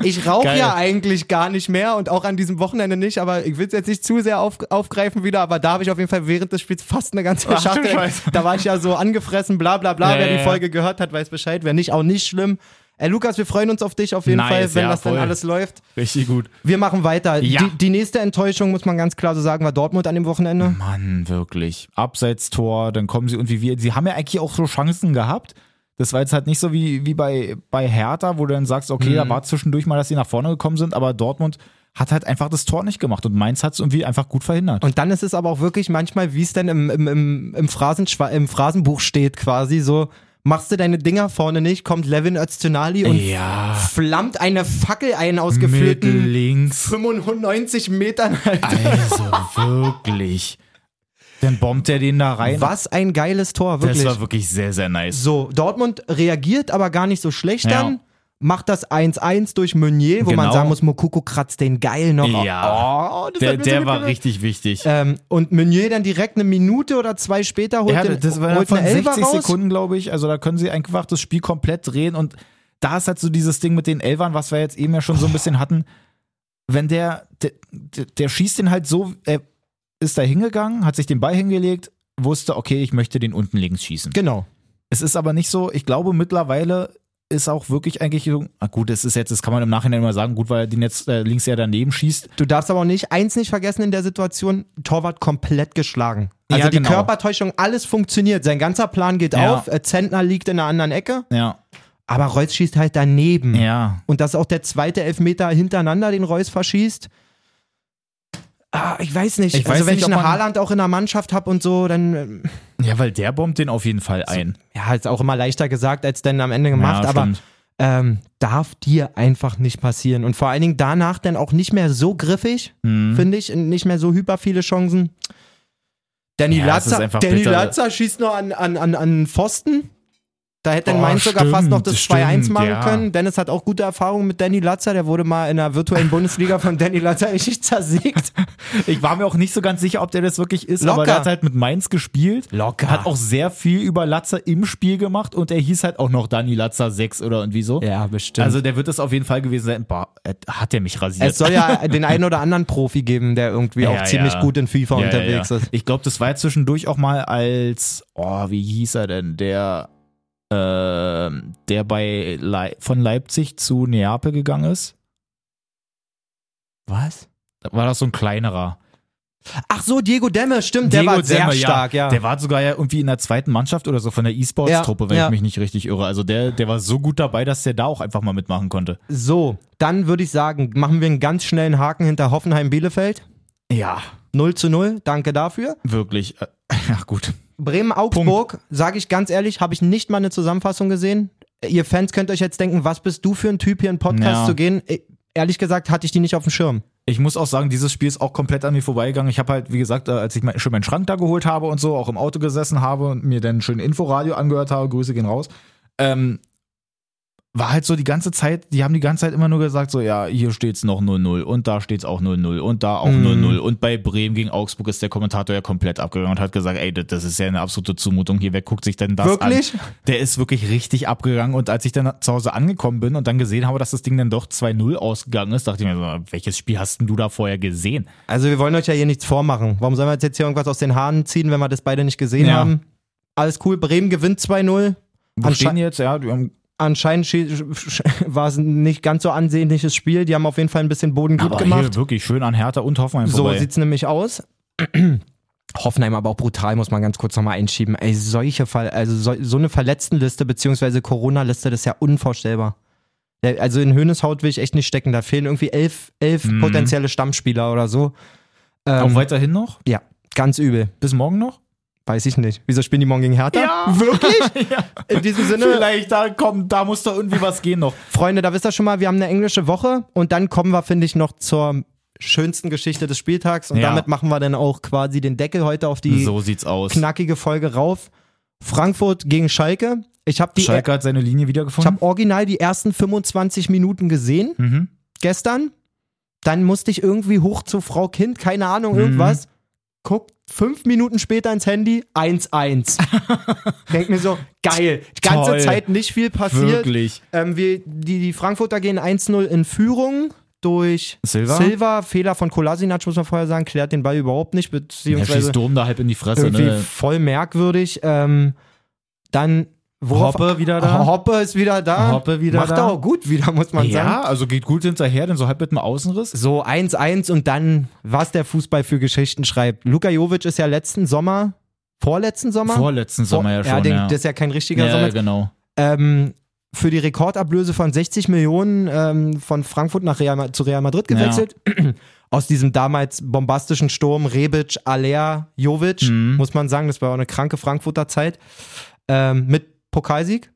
Speaker 2: ich rauche
Speaker 1: Geil.
Speaker 2: ja eigentlich gar nicht mehr und auch an diesem Wochenende nicht, aber ich will es jetzt nicht zu sehr auf aufgreifen wieder, aber da habe ich auf jeden Fall während des Spiels fast eine ganze
Speaker 1: Ach, du
Speaker 2: Schachtel.
Speaker 1: Scheiße.
Speaker 2: Da war ich ja so angefressen, bla bla bla.
Speaker 1: Ja,
Speaker 2: Wer
Speaker 1: ja,
Speaker 2: die
Speaker 1: ja.
Speaker 2: Folge gehört hat, weiß Bescheid. Wer nicht, auch nicht schlimm. Äh, Lukas, wir freuen uns auf dich auf jeden
Speaker 1: Nice,
Speaker 2: Fall, wenn
Speaker 1: ja,
Speaker 2: das dann
Speaker 1: voll.
Speaker 2: alles läuft.
Speaker 1: Richtig gut.
Speaker 2: Wir machen weiter.
Speaker 1: Ja.
Speaker 2: Die, die nächste Enttäuschung, muss man ganz klar so sagen, war Dortmund an dem Wochenende.
Speaker 1: Mann, wirklich. Abseitstor, dann kommen sie irgendwie wir. Sie haben ja eigentlich auch so Chancen gehabt. Das war jetzt halt nicht so wie, wie bei, bei Hertha, wo du dann sagst, okay, da war zwischendurch mal, dass sie nach vorne gekommen sind, aber Dortmund hat halt einfach das Tor nicht gemacht und Mainz hat es irgendwie einfach gut verhindert.
Speaker 2: Und dann ist es aber auch wirklich manchmal, wie es denn im, im, im, im, Phrasenschwa- im Phrasenbuch steht, quasi so. Machst du deine Dinger vorne nicht, kommt Levin Öztunali und
Speaker 1: ja,
Speaker 2: flammt eine Fackel ein aus
Speaker 1: mit
Speaker 2: gefühlten
Speaker 1: links.
Speaker 2: 95 Metern.
Speaker 1: Also wirklich. Dann bombt er den da rein.
Speaker 2: Was ein geiles Tor, wirklich.
Speaker 1: Das war wirklich sehr, sehr nice.
Speaker 2: So, Dortmund reagiert aber gar nicht so schlecht
Speaker 1: Ja.
Speaker 2: dann. Macht das 1-1 durch Meunier, wo man
Speaker 1: Genau.
Speaker 2: sagen muss, Mokoko kratzt den geil noch.
Speaker 1: Ja.
Speaker 2: Oh, das
Speaker 1: Der,
Speaker 2: hat mir so
Speaker 1: der
Speaker 2: gut
Speaker 1: war
Speaker 2: gefallen.
Speaker 1: richtig wichtig.
Speaker 2: Ähm, und Meunier dann direkt eine Minute oder zwei später holt,
Speaker 1: Ja,
Speaker 2: den,
Speaker 1: das war dann
Speaker 2: holt
Speaker 1: von
Speaker 2: eine Elfer
Speaker 1: 60
Speaker 2: raus.
Speaker 1: Sekunden, glaube ich. Also da können sie einfach das Spiel komplett drehen. Und da ist halt so dieses Ding mit den Elfern, was wir jetzt eben ja schon so ein bisschen hatten. Wenn der, der, der- der schießt den halt so, er ist da hingegangen, hat sich den Ball hingelegt, wusste, okay, ich möchte den unten links schießen.
Speaker 2: Genau.
Speaker 1: Es ist aber nicht so, ich glaube mittlerweile ist auch wirklich eigentlich, so- ah gut, es ist jetzt, das kann man im Nachhinein immer sagen, gut, weil er den jetzt äh, links ja daneben schießt.
Speaker 2: Du darfst aber auch nicht, eins nicht vergessen in der Situation, Torwart komplett geschlagen. Also
Speaker 1: Ja,
Speaker 2: die
Speaker 1: genau.
Speaker 2: Körpertäuschung, alles funktioniert. Sein ganzer Plan geht
Speaker 1: Ja.
Speaker 2: auf, äh, Zentner liegt in einer anderen Ecke,
Speaker 1: Ja.
Speaker 2: aber Reus schießt halt daneben.
Speaker 1: Ja.
Speaker 2: Und das ist auch der zweite Elfmeter hintereinander, den Reus verschießt. Ah, ich weiß nicht.
Speaker 1: Ich
Speaker 2: also
Speaker 1: weiß
Speaker 2: wenn
Speaker 1: nicht,
Speaker 2: ich
Speaker 1: ob
Speaker 2: einen
Speaker 1: man-
Speaker 2: Haaland auch in der Mannschaft habe und so, dann ähm,
Speaker 1: Ja, weil der bombt den auf jeden Fall ein.
Speaker 2: ja, ist auch immer leichter gesagt als dann am Ende gemacht,
Speaker 1: ja,
Speaker 2: aber
Speaker 1: stimmt.
Speaker 2: ähm, darf dir einfach nicht passieren. Und vor allen Dingen danach dann auch nicht mehr so griffig,
Speaker 1: Mhm.
Speaker 2: finde ich, und nicht mehr so hyper viele Chancen. Danny
Speaker 1: Ja, es ist
Speaker 2: Latzer,
Speaker 1: einfach
Speaker 2: Danny
Speaker 1: bitter.
Speaker 2: Latzer schießt noch an, an, an, an Pfosten. Da hätte
Speaker 1: Oh,
Speaker 2: dann Mainz sogar fast noch
Speaker 1: stimmt,
Speaker 2: das 2-1
Speaker 1: stimmt,
Speaker 2: machen
Speaker 1: ja.
Speaker 2: können. Dennis hat auch gute Erfahrungen mit Danny Latzer. Der wurde mal in der virtuellen Bundesliga von Danny Latzer richtig zersägt.
Speaker 1: Ich war mir auch nicht so ganz sicher, ob der das wirklich ist, aber
Speaker 2: Locker.
Speaker 1: der hat halt mit Mainz gespielt.
Speaker 2: Locker.
Speaker 1: Hat auch sehr viel über Latzer im Spiel gemacht und er hieß halt auch noch Dani Latzer 6 oder irgendwie so.
Speaker 2: Ja, bestimmt.
Speaker 1: Also der wird das auf jeden Fall gewesen sein. Boah, äh, hat der mich rasiert.
Speaker 2: es soll ja den einen oder anderen Profi geben, der irgendwie auch
Speaker 1: Ja,
Speaker 2: ziemlich
Speaker 1: ja.
Speaker 2: gut in FIFA
Speaker 1: Ja,
Speaker 2: unterwegs
Speaker 1: ja, ja.
Speaker 2: ist.
Speaker 1: Ich glaube, das war ja zwischendurch auch mal als, oh, wie hieß er denn, der, ähm, der bei Lei- von Leipzig zu Neapel gegangen ist.
Speaker 2: Was?
Speaker 1: war das so ein kleinerer.
Speaker 2: Ach so, Diego Demme, stimmt, der
Speaker 1: Diego
Speaker 2: war sehr
Speaker 1: Demme,
Speaker 2: stark, ja.
Speaker 1: Der war sogar ja irgendwie in der zweiten Mannschaft oder so von der E-Sports-Truppe,
Speaker 2: Ja,
Speaker 1: wenn
Speaker 2: ja.
Speaker 1: ich mich nicht richtig irre. Also der, der war so gut dabei, dass der da auch einfach mal mitmachen konnte.
Speaker 2: so, dann würde ich sagen, machen wir einen ganz schnellen Haken hinter Hoffenheim-Bielefeld.
Speaker 1: Ja.
Speaker 2: 0 zu 0, danke dafür.
Speaker 1: Wirklich. Äh, Ja, gut.
Speaker 2: Bremen-Augsburg, sage ich ganz ehrlich, habe ich nicht mal eine Zusammenfassung gesehen. Äh, Ihr Fans könnt euch jetzt denken, was bist du für ein Typ, hier in Podcast
Speaker 1: Ja.
Speaker 2: zu gehen? Eh, Ehrlich gesagt hatte ich die nicht auf dem Schirm.
Speaker 1: Ich muss auch sagen, dieses Spiel ist auch komplett an mir vorbeigegangen. Ich habe halt, wie gesagt, äh, als ich mein, schon meinen Schrank da geholt habe und so, auch im Auto gesessen habe und mir dann schön Inforadio angehört habe, Grüße gehen raus, ähm, war halt so die ganze Zeit, die haben die ganze Zeit immer nur gesagt, so, ja, hier steht's noch 0-0 und da steht's auch 0-0 und da auch 0-0 und bei Bremen gegen Augsburg ist der Kommentator ja komplett abgegangen und hat gesagt, ey, das- das ist ja eine absolute Zumutung hier, wer guckt sich denn das
Speaker 2: Wirklich?
Speaker 1: an? Der ist wirklich richtig abgegangen und als ich dann zu Hause angekommen bin und dann gesehen habe, dass das Ding dann doch 2-0 ausgegangen ist, dachte ich mir so, welches Spiel hast denn du da vorher gesehen?
Speaker 2: Also wir wollen euch ja hier nichts vormachen. Warum sollen wir uns jetzt hier irgendwas aus den Haaren ziehen, wenn wir das beide nicht gesehen
Speaker 1: Ja.
Speaker 2: haben? Alles cool, Bremen gewinnt 2-0.
Speaker 1: Wo
Speaker 2: Ansche-
Speaker 1: stehen die jetzt? Ja, die haben
Speaker 2: Anscheinend schi- sch- war es ein nicht ganz so ansehnliches Spiel. Die haben auf jeden Fall ein bisschen Boden gut
Speaker 1: aber
Speaker 2: gemacht.
Speaker 1: hier wirklich schön an Hertha und Hoffenheim
Speaker 2: So
Speaker 1: vorbei.
Speaker 2: sieht's nämlich aus. Hoffenheim aber auch brutal, muss man ganz kurz nochmal einschieben. Ey, solche Fall, also so, so eine Verletztenliste beziehungsweise Corona-Liste, das ist ja unvorstellbar. Der- Also in Hönes Haut will ich echt nicht stecken. Da fehlen irgendwie elf, elf
Speaker 1: Mhm.
Speaker 2: potenzielle Stammspieler oder so. Ähm,
Speaker 1: auch weiterhin noch?
Speaker 2: Ja, ganz übel.
Speaker 1: Bis morgen noch?
Speaker 2: Weiß ich nicht. Wieso spielen die morgen gegen Hertha?
Speaker 1: wirklich? ja.
Speaker 2: In diesem Sinne,
Speaker 1: Vielleicht, da kommt, da muss doch irgendwie was gehen noch.
Speaker 2: Freunde, da wisst ihr schon mal, wir haben eine englische Woche und dann kommen wir, finde ich, noch zur schönsten Geschichte des Spieltags und
Speaker 1: Ja.
Speaker 2: damit machen wir dann auch quasi den Deckel heute auf die
Speaker 1: So sieht's aus.
Speaker 2: knackige Folge rauf. Frankfurt gegen Schalke. Ich habe die
Speaker 1: Schalke hat seine Linie
Speaker 2: ich
Speaker 1: wiedergefunden.
Speaker 2: habe original die ersten 25 Minuten gesehen
Speaker 1: Mhm.
Speaker 2: gestern. Dann musste ich irgendwie hoch zu Frau Kind, keine
Speaker 1: Mhm.
Speaker 2: Ahnung, irgendwas. Guck fünf Minuten später ins Handy, 1-1. Denk mir so, geil. Die ganze
Speaker 1: Toll.
Speaker 2: Zeit nicht viel passiert.
Speaker 1: Wirklich.
Speaker 2: Ähm, wir, die, die Frankfurter gehen 1-0 in Führung durch
Speaker 1: Silva?
Speaker 2: Silva. Fehler von Kolasinac, muss man vorher sagen, klärt den Ball überhaupt nicht,
Speaker 1: Ja,
Speaker 2: beziehungsweise
Speaker 1: schießt Dom da halb in die Fresse,
Speaker 2: irgendwie
Speaker 1: ne?
Speaker 2: voll merkwürdig. Ähm, dann worauf-
Speaker 1: Hoppe wieder da?
Speaker 2: Hoppe ist wieder da.
Speaker 1: Hoppe wieder
Speaker 2: Macht
Speaker 1: da.
Speaker 2: er auch gut wieder, muss man sagen.
Speaker 1: Ja, also geht gut hinterher, denn so halb mit dem Außenriss.
Speaker 2: So 1-1 und dann, was der Fußball für Geschichten schreibt. Luka Jovic ist ja letzten Sommer, vorletzten Sommer?
Speaker 1: Vorletzten Sommer ja schon,
Speaker 2: den,
Speaker 1: ja.
Speaker 2: Das ist ja kein richtiger
Speaker 1: ja,
Speaker 2: Sommer.
Speaker 1: genau.
Speaker 2: ähm, für die Rekordablöse von 60 Millionen ähm, von Frankfurt nach Real, Ma- zu Real Madrid gewechselt. Aus diesem damals bombastischen Sturm Rebic, Alea, Jovic, muss man sagen, das war auch eine kranke Frankfurter Zeit. Ähm, mit Pokalsieg,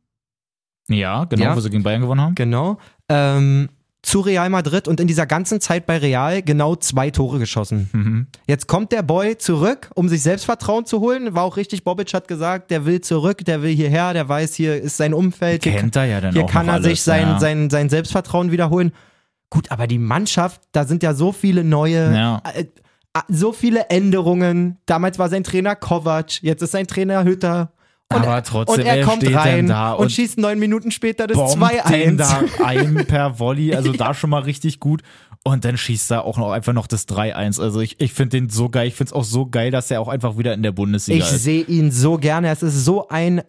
Speaker 1: Ja, genau,
Speaker 2: Ja.
Speaker 1: wo sie gegen Bayern gewonnen haben.
Speaker 2: genau. Ähm, zu Real Madrid und in dieser ganzen Zeit bei Real genau zwei Tore geschossen.
Speaker 1: Mhm.
Speaker 2: Jetzt kommt der Boy zurück, um sich Selbstvertrauen zu holen. War auch richtig, Bobic hat gesagt, der will zurück, der will hierher, der weiß, hier ist sein Umfeld. hier
Speaker 1: Kennt er ja dann
Speaker 2: hier
Speaker 1: auch
Speaker 2: kann
Speaker 1: noch
Speaker 2: er
Speaker 1: alles,
Speaker 2: sich sein,
Speaker 1: ja.
Speaker 2: sein, sein Selbstvertrauen wiederholen. Gut, aber die Mannschaft, da sind ja so viele neue,
Speaker 1: Ja.
Speaker 2: äh, äh, so viele Änderungen. Damals war sein Trainer Kovac, jetzt ist sein Trainer Hütter. Und,
Speaker 1: Aber trotzdem,
Speaker 2: und er
Speaker 1: wer
Speaker 2: kommt
Speaker 1: steht denn
Speaker 2: rein
Speaker 1: da
Speaker 2: und,
Speaker 1: und
Speaker 2: schießt neun Minuten später das
Speaker 1: bombt den da
Speaker 2: 2-1.
Speaker 1: ein per Volley, also da schon mal richtig gut. Und dann schießt er auch noch einfach noch das 3-1. Also ich, ich finde den so geil. Ich finde es auch so geil, dass er auch einfach wieder in der Bundesliga
Speaker 2: Ich
Speaker 1: ist.
Speaker 2: sehe ihn so gerne. Es ist so ein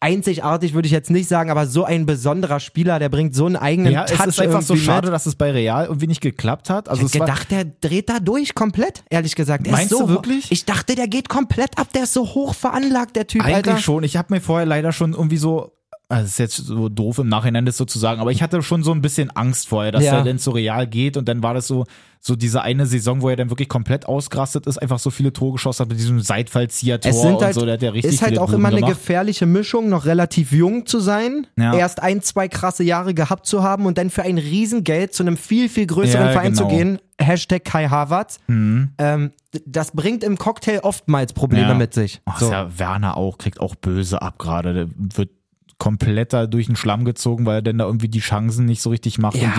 Speaker 2: einzigartig, würde ich jetzt nicht sagen, aber so ein besonderer Spieler, der bringt so einen eigenen
Speaker 1: Ja,
Speaker 2: Touch
Speaker 1: es ist einfach so
Speaker 2: irgendwie
Speaker 1: schade,
Speaker 2: mit.
Speaker 1: dass es bei Real irgendwie nicht geklappt hat. Also
Speaker 2: Ich
Speaker 1: es
Speaker 2: hätte
Speaker 1: war,
Speaker 2: gedacht, der dreht da durch komplett, ehrlich gesagt. Er
Speaker 1: Meinst
Speaker 2: ist so
Speaker 1: du wirklich?
Speaker 2: Ich dachte, der geht komplett ab. Der ist so hoch veranlagt, der Typ,
Speaker 1: Eigentlich
Speaker 2: Alter.
Speaker 1: schon. Ich habe mir vorher leider schon irgendwie so, also es ist jetzt so doof im Nachhinein das so zu sagen, aber ich hatte schon so ein bisschen Angst vorher, dass
Speaker 2: Ja.
Speaker 1: er denn zu Real geht und dann war das so, so diese eine Saison, wo er dann wirklich komplett ausgerastet ist, einfach so viele Tore geschossen hat mit diesem Seitfallzieher-Tor
Speaker 2: Es sind
Speaker 1: und
Speaker 2: halt,
Speaker 1: so, der hat ja richtig
Speaker 2: ist halt
Speaker 1: viele
Speaker 2: auch
Speaker 1: Buden
Speaker 2: immer eine
Speaker 1: gemacht.
Speaker 2: gefährliche Mischung, noch relativ jung zu sein,
Speaker 1: Ja.
Speaker 2: erst ein, zwei krasse Jahre gehabt zu haben und dann für ein Riesengeld zu einem viel, viel größeren
Speaker 1: Ja,
Speaker 2: Verein zu
Speaker 1: genau. Mhm.
Speaker 2: gehen. Hashtag Kai Harvard. Ähm, d- das bringt im Cocktail oftmals Probleme
Speaker 1: Ja.
Speaker 2: mit sich.
Speaker 1: Ach,
Speaker 2: So.
Speaker 1: ist ja, Werner auch, kriegt auch böse ab gerade. Der wird komplett da durch den Schlamm gezogen, weil er denn da irgendwie die Chancen nicht so richtig macht. Und
Speaker 2: Ja,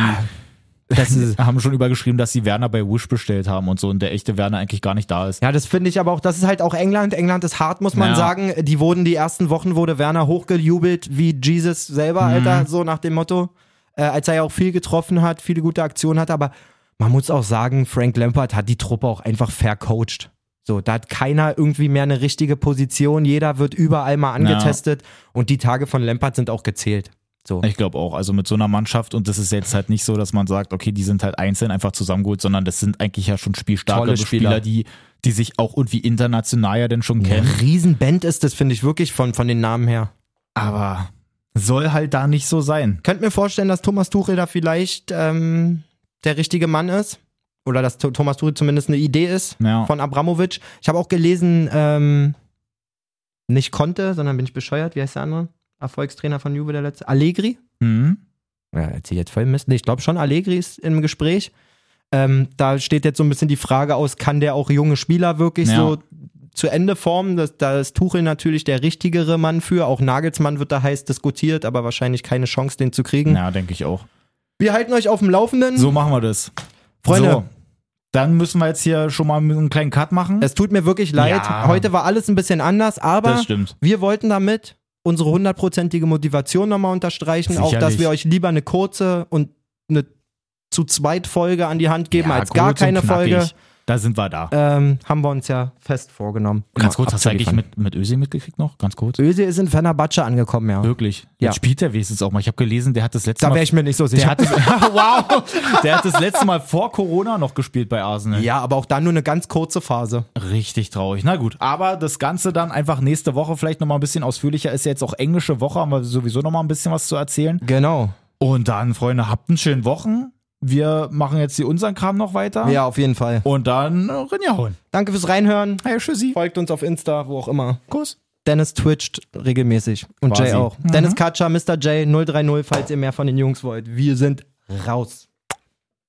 Speaker 1: die
Speaker 2: das ist,
Speaker 1: haben schon übergeschrieben, dass sie Werner bei Wish bestellt haben und so und der echte Werner eigentlich gar nicht da ist.
Speaker 2: Ja, das finde ich aber auch, das ist halt auch England. England ist hart, muss man
Speaker 1: Ja.
Speaker 2: sagen. Die wurden die ersten Wochen, wurde Werner hochgejubelt wie Jesus selber,
Speaker 1: Mhm.
Speaker 2: Alter, so nach dem Motto. Äh, als er ja auch viel getroffen hat, viele gute Aktionen hat, aber man muss auch sagen, Frank Lampard hat die Truppe auch einfach vercoacht. So, da hat keiner irgendwie mehr eine richtige Position. Jeder wird überall mal angetestet und die Tage von Lampard sind auch gezählt. So.
Speaker 1: Ich glaube auch. Also mit so einer Mannschaft und das ist jetzt halt nicht so, dass man sagt, okay, die sind halt einzeln einfach zusammengeholt, sondern das sind eigentlich ja schon spielstarke
Speaker 2: Tolle Spieler.
Speaker 1: Spieler, die, die sich auch irgendwie international ja denn schon
Speaker 2: Eine
Speaker 1: kennen.
Speaker 2: Riesenband ist das, finde ich wirklich, von, von den Namen her.
Speaker 1: Aber soll halt da nicht so sein.
Speaker 2: Könnt mir vorstellen, dass Thomas Tuchel da vielleicht ähm, der richtige Mann ist. Oder dass Tho- Thomas Tuchel zumindest eine Idee ist
Speaker 1: Ja.
Speaker 2: von Abramovic. Ich habe auch gelesen, ähm, nicht konnte, sondern bin ich bescheuert. Wie heißt der andere? Erfolgstrainer von Juve, der letzte. Allegri?
Speaker 1: Mhm.
Speaker 2: Ja, erzähl jetzt voll Mist. Nee, ich glaube schon, Allegri ist im Gespräch. Ähm, da steht jetzt so ein bisschen die Frage aus, kann der auch junge Spieler wirklich
Speaker 1: Ja.
Speaker 2: so zu Ende formen? Das, da ist Tuchel natürlich der richtigere Mann für. Auch Nagelsmann wird da heiß diskutiert, aber wahrscheinlich keine Chance, den zu kriegen.
Speaker 1: Ja, denke ich auch.
Speaker 2: Wir halten euch auf dem Laufenden.
Speaker 1: So machen wir das.
Speaker 2: Freunde.
Speaker 1: So, dann müssen wir jetzt hier schon mal einen kleinen Cut machen.
Speaker 2: Es tut mir wirklich leid.
Speaker 1: Ja.
Speaker 2: Heute war alles ein bisschen anders, aber
Speaker 1: das stimmt.
Speaker 2: wir wollten damit unsere hundertprozentige Motivation nochmal unterstreichen. Auch, dass
Speaker 1: Sicherlich.
Speaker 2: wir euch lieber eine kurze und eine zu zweit Folge an die Hand geben,
Speaker 1: Ja,
Speaker 2: als gar
Speaker 1: kurz und
Speaker 2: keine
Speaker 1: knackig.
Speaker 2: Folge.
Speaker 1: Da sind wir da.
Speaker 2: Ähm, haben wir uns ja fest vorgenommen. Genau,
Speaker 1: Ganz kurz,
Speaker 2: Immer
Speaker 1: hast du eigentlich
Speaker 2: abzuliefern.
Speaker 1: mit, mit Özil mitgekriegt noch? Ganz kurz.
Speaker 2: Özil ist in Fenerbahce angekommen, ja.
Speaker 1: Wirklich.
Speaker 2: Ja.
Speaker 1: Jetzt spielt der wenigstens auch mal. Ich habe gelesen, der hat das letzte
Speaker 2: Da wäre
Speaker 1: Mal.
Speaker 2: ich mir nicht so
Speaker 1: Der
Speaker 2: sicher.
Speaker 1: hat, das, wow. der hat das letzte Mal vor Corona noch gespielt bei Arsenal.
Speaker 2: ja, aber auch dann nur eine ganz kurze Phase.
Speaker 1: Richtig traurig. Na gut, aber das Ganze dann einfach nächste Woche vielleicht nochmal ein bisschen ausführlicher. Ist ja jetzt auch englische Woche, haben wir sowieso nochmal ein bisschen was zu erzählen.
Speaker 2: Genau.
Speaker 1: Und dann, Freunde, habt einen schönen Wochen. Wir machen jetzt hier unseren Kram noch weiter.
Speaker 2: Ja, auf jeden Fall.
Speaker 1: Und dann äh, Rinja holen.
Speaker 2: Danke fürs Reinhören.
Speaker 1: Hey, tschüssi.
Speaker 2: Folgt uns auf Insta, wo auch immer.
Speaker 1: Kuss.
Speaker 2: Dennis twitcht regelmäßig. Und
Speaker 1: Quasi.
Speaker 2: Jay auch.
Speaker 1: Mhm.
Speaker 2: Dennis Katscher, Mr. J, 030, falls ihr mehr von den Jungs wollt. Wir sind raus.